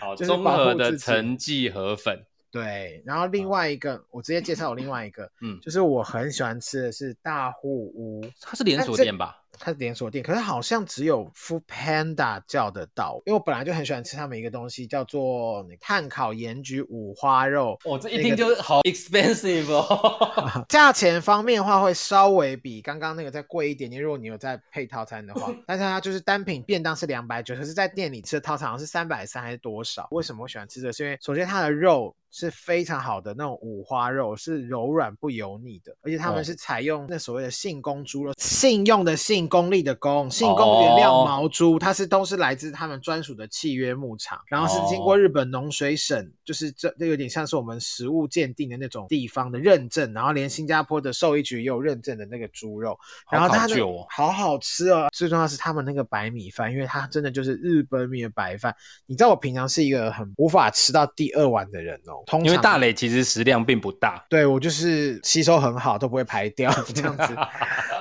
Speaker 4: 好，
Speaker 5: 就是
Speaker 4: 中
Speaker 5: 保
Speaker 4: 和
Speaker 5: 护
Speaker 4: 的
Speaker 5: 自己
Speaker 4: 陈记河粉，
Speaker 5: 对，然后另外一个，我直接介绍我另外一个，
Speaker 4: 嗯
Speaker 5: 就是我很喜欢吃的是大户屋，
Speaker 4: 它是连
Speaker 5: 但
Speaker 4: 锁
Speaker 5: 这
Speaker 4: 店吧？
Speaker 5: 它是连锁店，可是好像只有 Food Panda 叫得到，因为我本来就很喜欢吃他们一个东西，叫做碳烤盐焗五花肉。
Speaker 4: 哦，这
Speaker 5: 那
Speaker 4: 一听
Speaker 5: 个
Speaker 4: 就好 expensive 哦。
Speaker 5: 价钱方面的话，会稍微比刚刚那个再贵一点点。如果你有再配套餐 的话，但是它就是单品便当是两百九，可是在店里吃的套餐好像是三百三还是多少？为什么我喜欢吃这个？是因为首先它的肉是非常好的那种五花肉，是柔软不油腻的，而且他
Speaker 4: 哦
Speaker 5: 们是采用那所谓的信公猪肉，信用的信，功利的功，信公原料
Speaker 4: 哦
Speaker 5: 毛猪，它是都是来自他们专属的契约牧场，然后是经
Speaker 4: 哦
Speaker 5: 过日本农水省，就是这这有点像是我们食物鉴定的那种地方的认证，然后连新加坡的兽医局也有认证的那个猪肉，然后
Speaker 4: 好
Speaker 5: 它
Speaker 4: 考
Speaker 5: 的
Speaker 4: 究哦
Speaker 5: 好好吃哦。最重要是他们那个白米饭，因为它真的就是日本米的白饭。你知道我平常是一个很无法吃到第二碗的人哦，通常
Speaker 4: 因为大磊其实食量并不大，
Speaker 5: 对我就是吸收很好，都不会排掉这样子。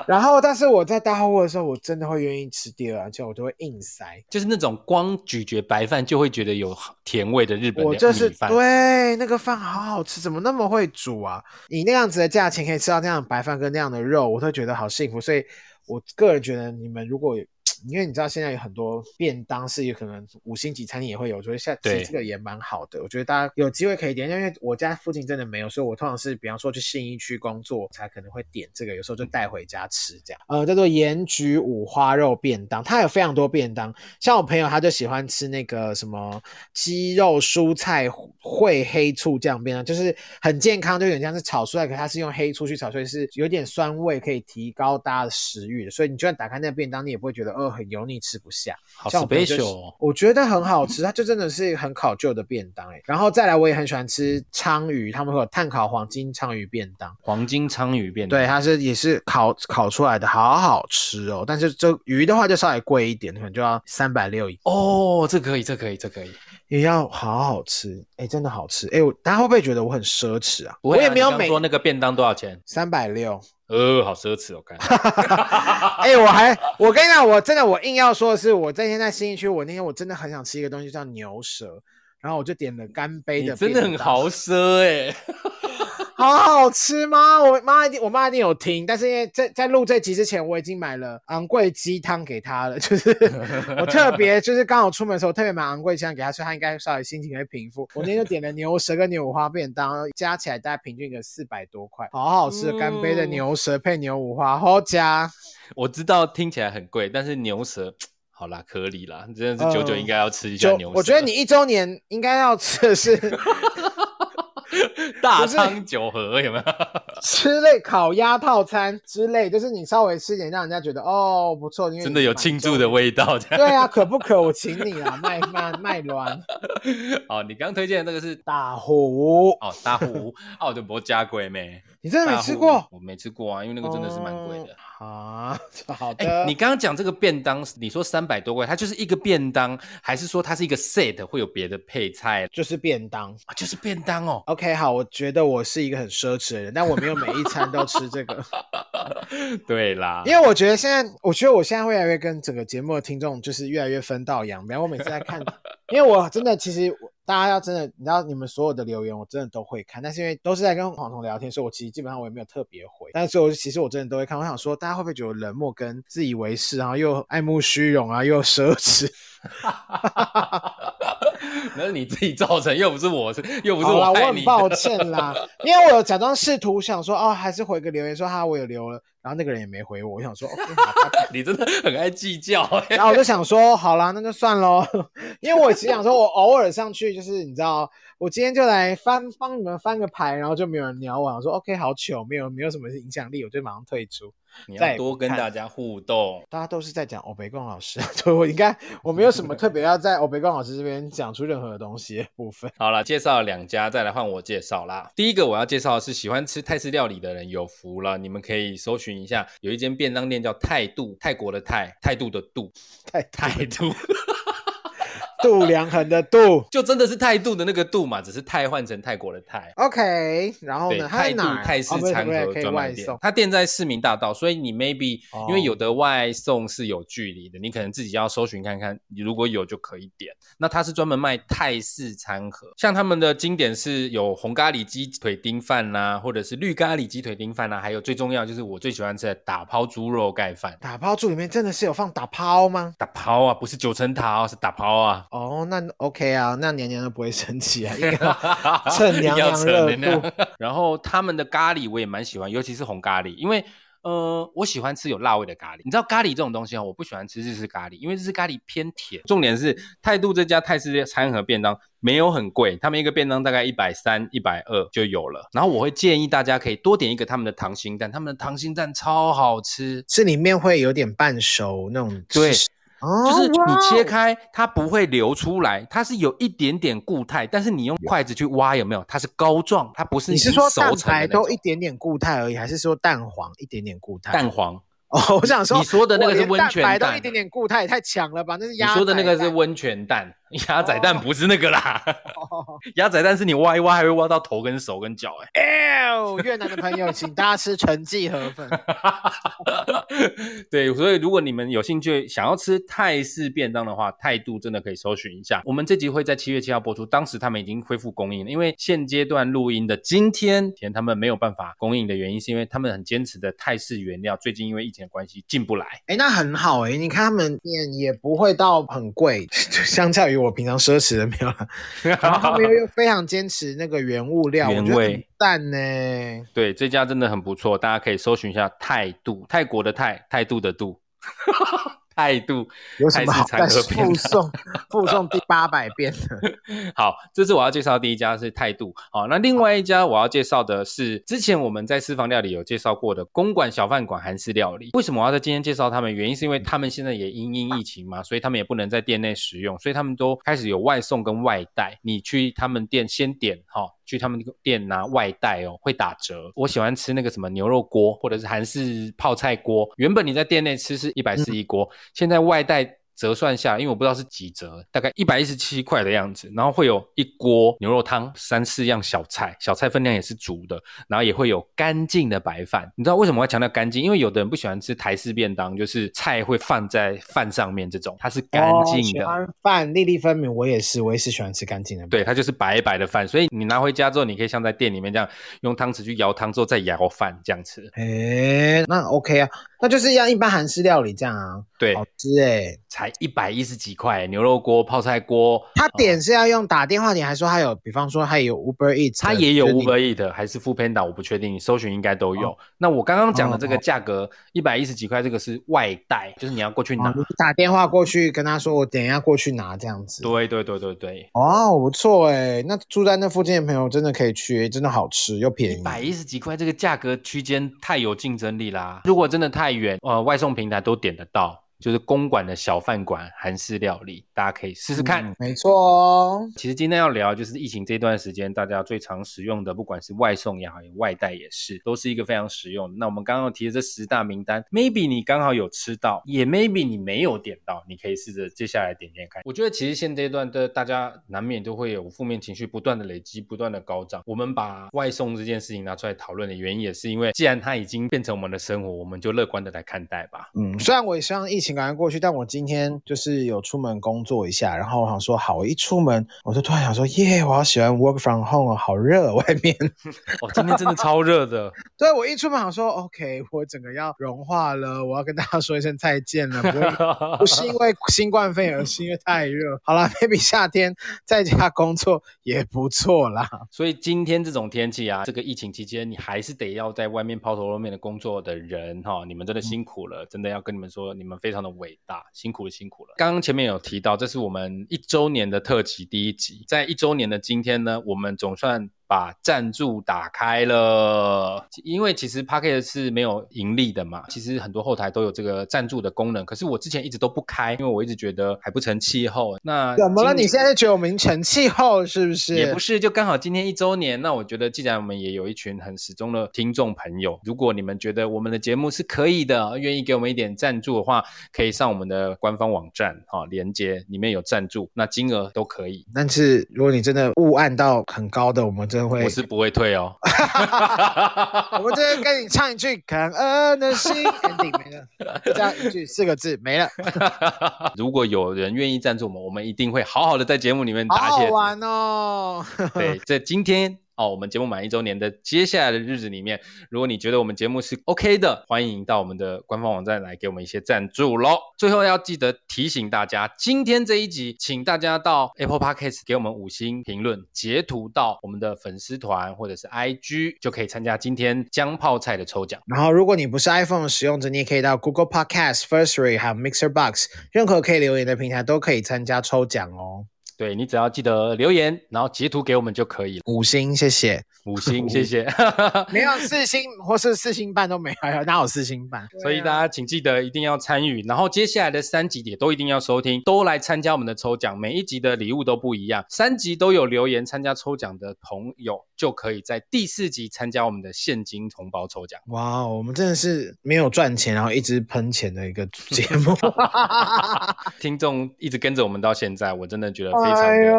Speaker 5: 然后，但是我在大货的时候，我真的会愿意吃第二，而且我都会硬塞。
Speaker 4: 就是那种光咀嚼白饭就会觉得有甜味的日本
Speaker 5: 我
Speaker 4: 料
Speaker 5: 就是
Speaker 4: 米饭。
Speaker 5: 对那个饭好好吃，怎么那么会煮啊？以那样子的价钱可以吃到那样的白饭跟那样的肉，我都觉得好幸福。所以我个人觉得，你们如果有，因为你知道现在有很多便当是有可能五星级餐厅也会有，我觉得下其
Speaker 4: 对
Speaker 5: 实这个也蛮好的。我觉得大家有机会可以点，因为我家附近真的没有，所以我通常是比方说去信义区工作才可能会点这个，有时候就带回家吃这样。呃，叫做盐焗五花肉便当，它有非常多便当，像我朋友他就喜欢吃那个什么鸡肉蔬菜烩黑醋酱便当，就是很健康，就有点像是炒蔬菜，可它是用黑醋去炒，所以是有点酸味，可以提高大家的食欲的。所以你就算打开那个便当，你也不会觉得呃很油腻，吃不下。
Speaker 4: 好
Speaker 5: 像我朋友就
Speaker 4: special 哦
Speaker 5: 我觉得很好吃，它就真的是很考究的便当哎、然后再来，我也很喜欢吃鲳鱼，他们会有碳烤黄金鲳鱼便当。
Speaker 4: 黄金鲳鱼便当，
Speaker 5: 对，它是也是烤烤出来的，好好吃哦。但是这鱼的话就稍微贵一点，可能就要三百六
Speaker 4: 哦，这可以，这可以，这可以。
Speaker 5: 也要好好吃，哎、真的好吃，哎、我大家会不会觉得我很奢侈啊？
Speaker 4: 不会啊
Speaker 5: 我也没有
Speaker 4: 你刚
Speaker 5: 每
Speaker 4: 说那个便当多少钱？
Speaker 5: 三百六，
Speaker 4: 呃，好奢侈哦， 看。
Speaker 5: 哎，我还我跟你讲，我真的我硬要说的是，我那天在新一区，我那天我真的很想吃一个东西叫牛舌，然后我就点了干杯
Speaker 4: 你
Speaker 5: 的，
Speaker 4: 真的很豪，奢哎、
Speaker 5: 好好吃吗？我妈一定我妈一定有听，但是因为在在录这集之前，我已经买了昂贵鸡汤给她了，就是 我特别就是刚好出门的时候特别买昂贵鸡汤给她，所以她应该稍微心情会平复。我那天就点了牛舌跟牛五花便当，加起来大概平均个四百多块，好好吃的干杯的
Speaker 9: 嗯
Speaker 5: 牛舌配牛五花，好加。
Speaker 4: 我知道听起来很贵，但是牛舌好啦，可以啦，真的
Speaker 5: 嗯
Speaker 4: 是九九应该要吃一下
Speaker 5: 就
Speaker 4: 牛舌。
Speaker 5: 我觉得你一周年应该要吃的是
Speaker 4: 大
Speaker 5: 是
Speaker 4: 仓九合有没有？
Speaker 5: 吃类烤鸭套餐之类，就是你稍微吃一点，让人家觉得哦不错，因为
Speaker 4: 真的
Speaker 5: 你
Speaker 4: 有
Speaker 5: 满
Speaker 4: 庆
Speaker 5: 周
Speaker 4: 祝的味道， 这样。
Speaker 5: 对啊，可不可？我请你啊，卖卖卖卵
Speaker 4: 哦，你刚推荐的这个是
Speaker 5: 大虎，
Speaker 4: 哦大户澳的博加贵没？
Speaker 5: 你真的没
Speaker 4: 大户
Speaker 5: 吃过？
Speaker 4: 我没吃过啊，因为那个真的是蛮贵的。
Speaker 5: 哦。啊，好
Speaker 4: 哎、
Speaker 5: 的。
Speaker 4: 你刚刚讲这个便当，你说三百多块，它就是一个便当，还是说它是一个 set 会有别的配菜
Speaker 5: 就是便当。
Speaker 4: 啊？就是便当哦。
Speaker 5: OK，好，我觉得我是一个很奢侈的人，但我没有每一餐都吃这个，
Speaker 4: 对啦，
Speaker 5: 因为我觉得现在，我觉得我现在越来越跟整个节目的听众就是越来越分道扬镳。我每次在 看，因为我真的其实我大家要真的，你知道你们所有的留言我真的都会看，但是因为都是在跟黄彤聊天，所以我其实基本上我也没有特别回。但是所以我其实我真的都会看，我想说大家会不会觉得我冷漠跟自以为是，然后又爱慕虚荣啊，又奢侈？
Speaker 4: 那是你自己造成，又不是我是，又不是
Speaker 5: 好啦，
Speaker 4: 我
Speaker 5: 我
Speaker 4: 害
Speaker 5: 很
Speaker 4: 你。
Speaker 5: 抱歉啦，因为我有假装试图想说哦，还是回个留言说哈我有留了，然后那个人也没回我，我想说 OK 好吧，
Speaker 4: 你真的很爱计较、 欸。
Speaker 5: 然后我就想说好啦，那就算喽， 因为我其实想说我偶尔上去就是你知道，我今天就来翻帮你们翻个牌，然后就没有人鸟我，我说 OK 好糗，没有没有什么影响力，我就马上退出。
Speaker 4: 你
Speaker 5: 再
Speaker 4: 要
Speaker 5: 也不
Speaker 4: 多跟
Speaker 5: 看
Speaker 4: 大家互动。
Speaker 5: 大家都是在讲欧北贡老师，啊所以我应该我没有什么特别要在欧北贡老师这边讲出任何东西的部分。
Speaker 4: 好了，介绍了两家，再来换我介绍啦。第一个我要介绍的是喜欢吃泰式料理的人有福了，你们可以搜寻一下，有一间便当店叫泰度，泰国的泰，态度的度，
Speaker 5: 太
Speaker 4: 泰度
Speaker 5: 度量衡的度
Speaker 4: 就真的是态度的那个度嘛，只是泰换成泰国的泰。
Speaker 5: ，OK，然后
Speaker 4: 对，
Speaker 5: 呢？它
Speaker 4: 泰度
Speaker 5: 在哪儿？
Speaker 4: 泰式
Speaker 5: 哦不是
Speaker 4: 餐
Speaker 5: 不是
Speaker 4: 盒
Speaker 5: 可以
Speaker 4: 专卖
Speaker 5: 外
Speaker 4: 店
Speaker 5: 送，。
Speaker 4: 它店在市民大道，所以你 maybe
Speaker 5: 哦
Speaker 4: 因为有的外送是有距离的，你可能自己要搜寻看看，你如果有就可以点。那它是专门卖泰式餐盒，像他们的经典是有红咖喱鸡腿丁饭啦、或者是绿咖喱鸡腿丁饭啦、还有最重要就是我最喜欢吃的打抛猪肉盖饭。
Speaker 5: 打抛猪里面真的是有放打抛吗？
Speaker 4: 打抛啊，不是九层塔哦，是打抛啊。
Speaker 5: 哦，那 OK 啊，那娘娘都不会生气啊，应 该趁娘娘热度。
Speaker 4: 然后他们的咖喱我也蛮喜欢，尤其是红咖喱，因为呃，我喜欢吃有辣味的咖喱。你知道咖喱这种东西啊，我不喜欢吃日式咖喱，因为日式咖喱偏甜。重点是态度这家泰式餐盒便当没有很贵，他们一个便当大概一百三、一百二就有了。然后我会建议大家可以多点一个他们的溏心蛋，他们的溏心蛋超好吃。
Speaker 5: 是里面会有点半熟那种，
Speaker 4: 对，就
Speaker 5: 哦，
Speaker 4: 是
Speaker 5: 哇
Speaker 4: 你
Speaker 5: 哦
Speaker 4: 切开，它不会流出来，它是有一点点固态，但是你用筷子去挖，有没有？它是膏状，它不是
Speaker 5: 你
Speaker 4: 已
Speaker 5: 是
Speaker 4: 经
Speaker 5: 说
Speaker 4: 熟
Speaker 5: 蛋
Speaker 4: 成的那
Speaker 5: 白都
Speaker 4: 种
Speaker 5: 一点点固态而已，还是说蛋黄一点点固态？
Speaker 4: 蛋黄。
Speaker 5: 哦，我想说
Speaker 4: 你说的那个是温泉
Speaker 5: 蛋白
Speaker 4: 蛋
Speaker 5: 都一点点固态，也太强了吧？那是
Speaker 4: 你
Speaker 5: 鸭
Speaker 4: 说的那个
Speaker 5: 仔
Speaker 4: 是
Speaker 5: 蛋哦
Speaker 4: 温泉蛋，鸭仔蛋不是那个啦， 鸭仔蛋是你挖一挖还会挖到头跟手跟脚、欸，
Speaker 5: 哎呦，越南的朋友，请大家吃陈记河粉。
Speaker 4: 对，所以如果你们有兴趣想要吃泰式便当的话，态度真的可以搜寻一下。我们这集会在七月七号播出，当时他们已经恢复供应了，因为现阶段录音的今天，前他们没有办法供应的原因，是因为他们很坚持的泰式原料，最近因为疫情的关系进不来。
Speaker 5: 哎，那很好哎、你看他们面也不会到很贵， 就相较于我平常奢侈的没有啦。然 后他们又 又非常坚持那个原物料，
Speaker 4: 原
Speaker 5: 我觉得很
Speaker 4: 味
Speaker 5: 赞呢、
Speaker 4: 对，这家真的很不错，大家可以搜寻一下态度，泰国的泰，态度的度， 态度。
Speaker 5: 有什么好
Speaker 4: 泰
Speaker 5: 再
Speaker 4: 式餐盒便
Speaker 5: 附
Speaker 4: 当
Speaker 5: 送附送第八百遍的？
Speaker 4: 好，这是我要介绍的第一家是态度。好，那另外一家我要介绍的是之前我们在私房料理有介绍过的公馆小饭馆韩式料理。为什么我要在今天介绍他们？原因是因为他们现在也因应疫情嘛，所以他们也不能在店内食用，所以他们都开始有外送跟外带。你去他们店先点哈。去他们店拿外带哦，会打折。我喜欢吃那个什么牛肉锅，或者是韩式泡菜锅。原本你在店内吃是一百四一锅，现在外带折算下来，因为我不知道是几折，大概一百一十七块的样子。然后会有一锅牛肉汤，三四样小菜，小菜分量也是足的，然后也会有干净的白饭。你知道为什么我要强调干净？因为有的人不喜欢吃台式便当，就是菜会放在饭上面这种，它是干
Speaker 5: 哦
Speaker 4: 净
Speaker 5: 喜
Speaker 4: 的。
Speaker 5: 欢饭粒粒分明，我也是，我也是喜欢吃干净的。
Speaker 4: 对，它就是白白的饭，所以你拿回家之后，你可以像在店里面这样用汤匙去舀汤之后再舀饭这样吃。
Speaker 5: 哎，那 OK 啊，那就是像一般韩式料理这样啊，
Speaker 4: 对，
Speaker 5: 好吃哎、
Speaker 4: 才一百一十几块，牛肉锅、泡菜锅，
Speaker 5: 他点是要用打电话点，还说他有，比方说他有 Uber Eats，
Speaker 4: 它也有
Speaker 5: 就是你
Speaker 4: Uber E 的，还是 Food Panda，我不确定，你搜寻应该都
Speaker 5: 哦
Speaker 4: 有。那我刚刚讲的这个价格一百一十几块，这个是外带，就是你要过去拿
Speaker 5: 哦。你打电话过去跟他说，我等一下过去拿这样子。
Speaker 4: 对对对对对，
Speaker 5: 哦，不错哎，那住在那附近的朋友真的可以去，真的好吃又便
Speaker 4: 一
Speaker 5: 宜。
Speaker 4: 百一十几块这个价格区间太有竞争力啦。如果真的太远，呃，外送平台都点得到，就是公馆的小饭馆韩式料理，大家可以试试看。
Speaker 5: 嗯没错哦。
Speaker 4: 其实今天要聊就是疫情这段时间，大家最常使用的，不管是外送也好，外带也是，都是一个非常实用的。那我们刚刚有提的这十大名单，maybe 你刚好有吃到，也 maybe 你没有点到，你可以试着接下来点点看。我觉得其实现阶段的大家难免都会有负面情绪不断的累积，不断的高涨。我们把外送这件事情拿出来讨论的原因，也是因为既然它已经变成我们的生活，我们就乐观的来看待吧。
Speaker 5: 嗯，虽然我也希望疫情赶快过去，但我今天就是有出门工作一下，然后我想说，好，我一出门我就突然想说，耶，我好喜欢 work from home 哦，好热外面。
Speaker 4: 哦，今天真的超热的。
Speaker 5: 对我一出门想说，OK，我整个要融化了，我要跟大家说一声再见了，不 会不是因为新冠肺炎，而是因为太热。好啦 m a y b e 夏天在家工作也不错啦。
Speaker 4: 所以今天这种天气啊，这个疫情期间，你还是得要在外面抛头露面的工作的人哈、你们
Speaker 5: 嗯
Speaker 4: 真的辛苦了，真的要跟你们说，你们非常的伟大，辛苦了，辛苦了。刚刚前面有提到，这是我们一周年的特辑第一集，在一周年的今天呢，我们总算。把赞助打开了，因为其实 p a c k e t 是没有盈利的嘛，其实很多后台都有这个赞助的功能，可是我之前一直都不开，因为我一直觉得还不成气候。那
Speaker 5: 怎么了？
Speaker 4: 今
Speaker 5: 你啊现在觉得我们已经成气候是不是？
Speaker 4: 也不是，就刚好今天一周年。那我觉得，既然我们也有一群很始终的听众朋友，如果你们觉得我们的节目是可以的，愿意给我们一点赞助的话，可以上我们的官方网站哈、哦，连接里面有赞助，那金额都可以。
Speaker 5: 但是如果你真的误按到很高的，我们真的会，
Speaker 4: 我是不会退哦。
Speaker 5: 我们真的跟你唱一句感恩的 心，ending 没了，就这样一句四个字没了，
Speaker 4: 如果有人愿意赞助我们，我们一定会好好的在节目里面
Speaker 5: 好
Speaker 4: 答
Speaker 5: 好
Speaker 4: 谢。
Speaker 5: 玩哦。
Speaker 4: 对，在今天哦，我们节目满一周年的接下来的日子里面，如果你觉得我们节目是 OK 的，欢迎到我们的官方网站来给我们一些赞助喽。最后要记得提醒大家，今天这一集，请大家到 Apple Podcast 给我们五星评论，截图到我们的粉丝团或者是 IG，就可以参加今天姜泡菜的抽奖。
Speaker 5: 然后，如果你不是 iPhone 使用者，你也可以到 Google Podcast、Firstory 还有 Mixer Box 任何可以留言的平台都可以参加抽奖哦。
Speaker 4: 对你只要记得留言，然后截图给我们就可以了。
Speaker 5: 五星，谢谢。
Speaker 4: 五星，谢谢。
Speaker 5: 没有四星或是四星半都没有，哪有四星半？啊
Speaker 4: 所以大家请记得一定要参与，然后接下来的三集也都一定要收听，都来参加我们的抽奖，每一集的礼物都不一样，三集都有留言参加抽奖的朋友就可以在第四集参加我们的现金红包抽奖。
Speaker 5: 哇哦，我们真的是没有赚钱，然后一直喷钱的一个节 目。
Speaker 4: 听众一直跟着我们到现在，我真的觉得 非常
Speaker 5: 啊哎呦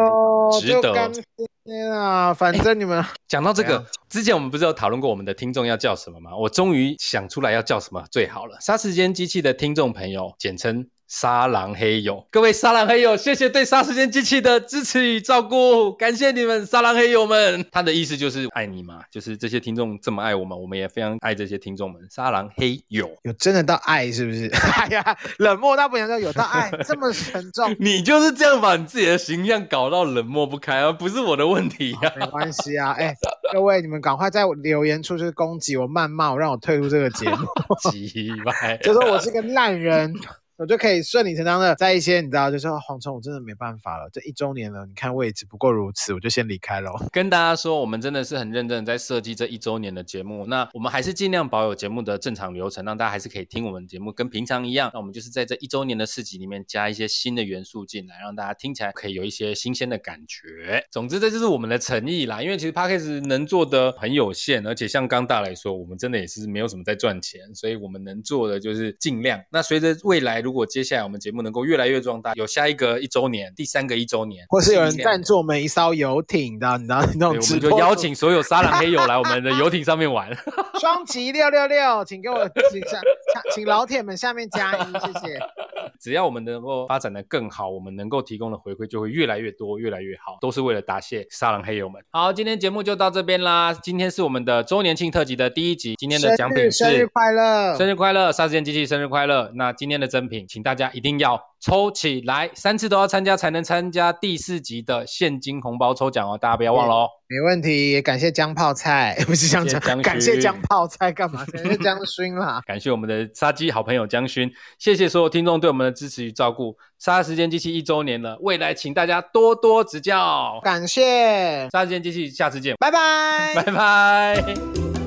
Speaker 4: 的，值
Speaker 5: 就
Speaker 4: 得。
Speaker 5: 干天啊，反正你们
Speaker 4: 讲到这
Speaker 5: 怎
Speaker 4: 个
Speaker 5: 样，
Speaker 4: 之前我们不是有讨论过我们的听众要叫什么吗？我终于想出来要叫什么最好了。杀时间机器的听众朋友，简称沙狼黑友，各位沙狼黑友，谢谢对杀时间机器的支持与照顾，感谢你们沙狼黑友们。他的意思就是爱你嘛，就是这些听众这么爱我们，我们也非常爱这些听众们。沙狼黑友，
Speaker 5: 有真的到爱是不 是？哎呀，冷漠到不想说有到爱这么沉重，
Speaker 4: 你就是这样把你自己的形象搞到冷漠不堪啊，不是我的问题呀、
Speaker 5: 没关系啊。哎，各位你们赶快在留言处就是攻击我、谩骂我，让我退出这个节目，
Speaker 4: 奇怪，
Speaker 5: 就说我是个烂人。我就可以顺理成章的在一些你知道，就说黄虫，我真的没办法了，这一周年了，你看我也只不过如此，我就先离开喽。
Speaker 4: 跟大家说，我们真的是很认真的在设计这一周年的节目。那我们还是尽量保有节目的正常流程，让大家还是可以听我们节目，跟平常一样。那我们就是在这一周年的四集里面加一些新的元素进来，让大家听起来可以有一些新鲜的感觉。总之，这就是我们的诚意啦。因为其实 p a c k a g e 能做的很有限，而且像刚大来说，我们真的也是没有什么在赚钱，所以我们能做的就是尽量。那随着未来，如果接下来我们节目能够越来越壮大，有下一个一周年、第三个一周年，
Speaker 5: 或是有人
Speaker 4: 尽量
Speaker 5: 赞助我们一艘游艇，你知道，你知道
Speaker 4: 对，
Speaker 5: 那种
Speaker 4: 哎我
Speaker 5: 直
Speaker 4: 们就
Speaker 5: 播
Speaker 4: 邀
Speaker 5: 主
Speaker 4: 请所有沙朗黑友来我们的游艇上面玩。
Speaker 5: 双击六六六，请给我请下，下请老铁们下面加一，谢谢。
Speaker 4: 只要我们能够发展的更好，我们能够提供的回馈就会越来越多，越来越好，都是为了答谢沙朗黑友们。好，今天节目就到这边啦。今天是我们的周年庆特辑的第一集，今天的奖品是
Speaker 5: 生日生日快乐
Speaker 4: 生日快乐，沙时间机器生日快乐。那今天的赠品，请大家一定要抽起来，三次都要参加才能参加第四集的现金红包抽奖哦，大家不要忘了哦。
Speaker 5: 没问题，也感谢姜泡菜， 不是姜
Speaker 4: 谢谢
Speaker 5: 讲，
Speaker 4: 姜
Speaker 5: 感谢
Speaker 4: 勋。
Speaker 5: 姜泡菜干嘛？感谢姜勋啦
Speaker 4: 感谢我们的杀鸡好朋友江勋，谢谢所有听众对我们的支持与照顾。杀时间机器一周年了，未来请大家多多指教。
Speaker 5: 感谢，
Speaker 4: 杀时间机器，下次见，
Speaker 5: 拜拜
Speaker 4: 拜拜。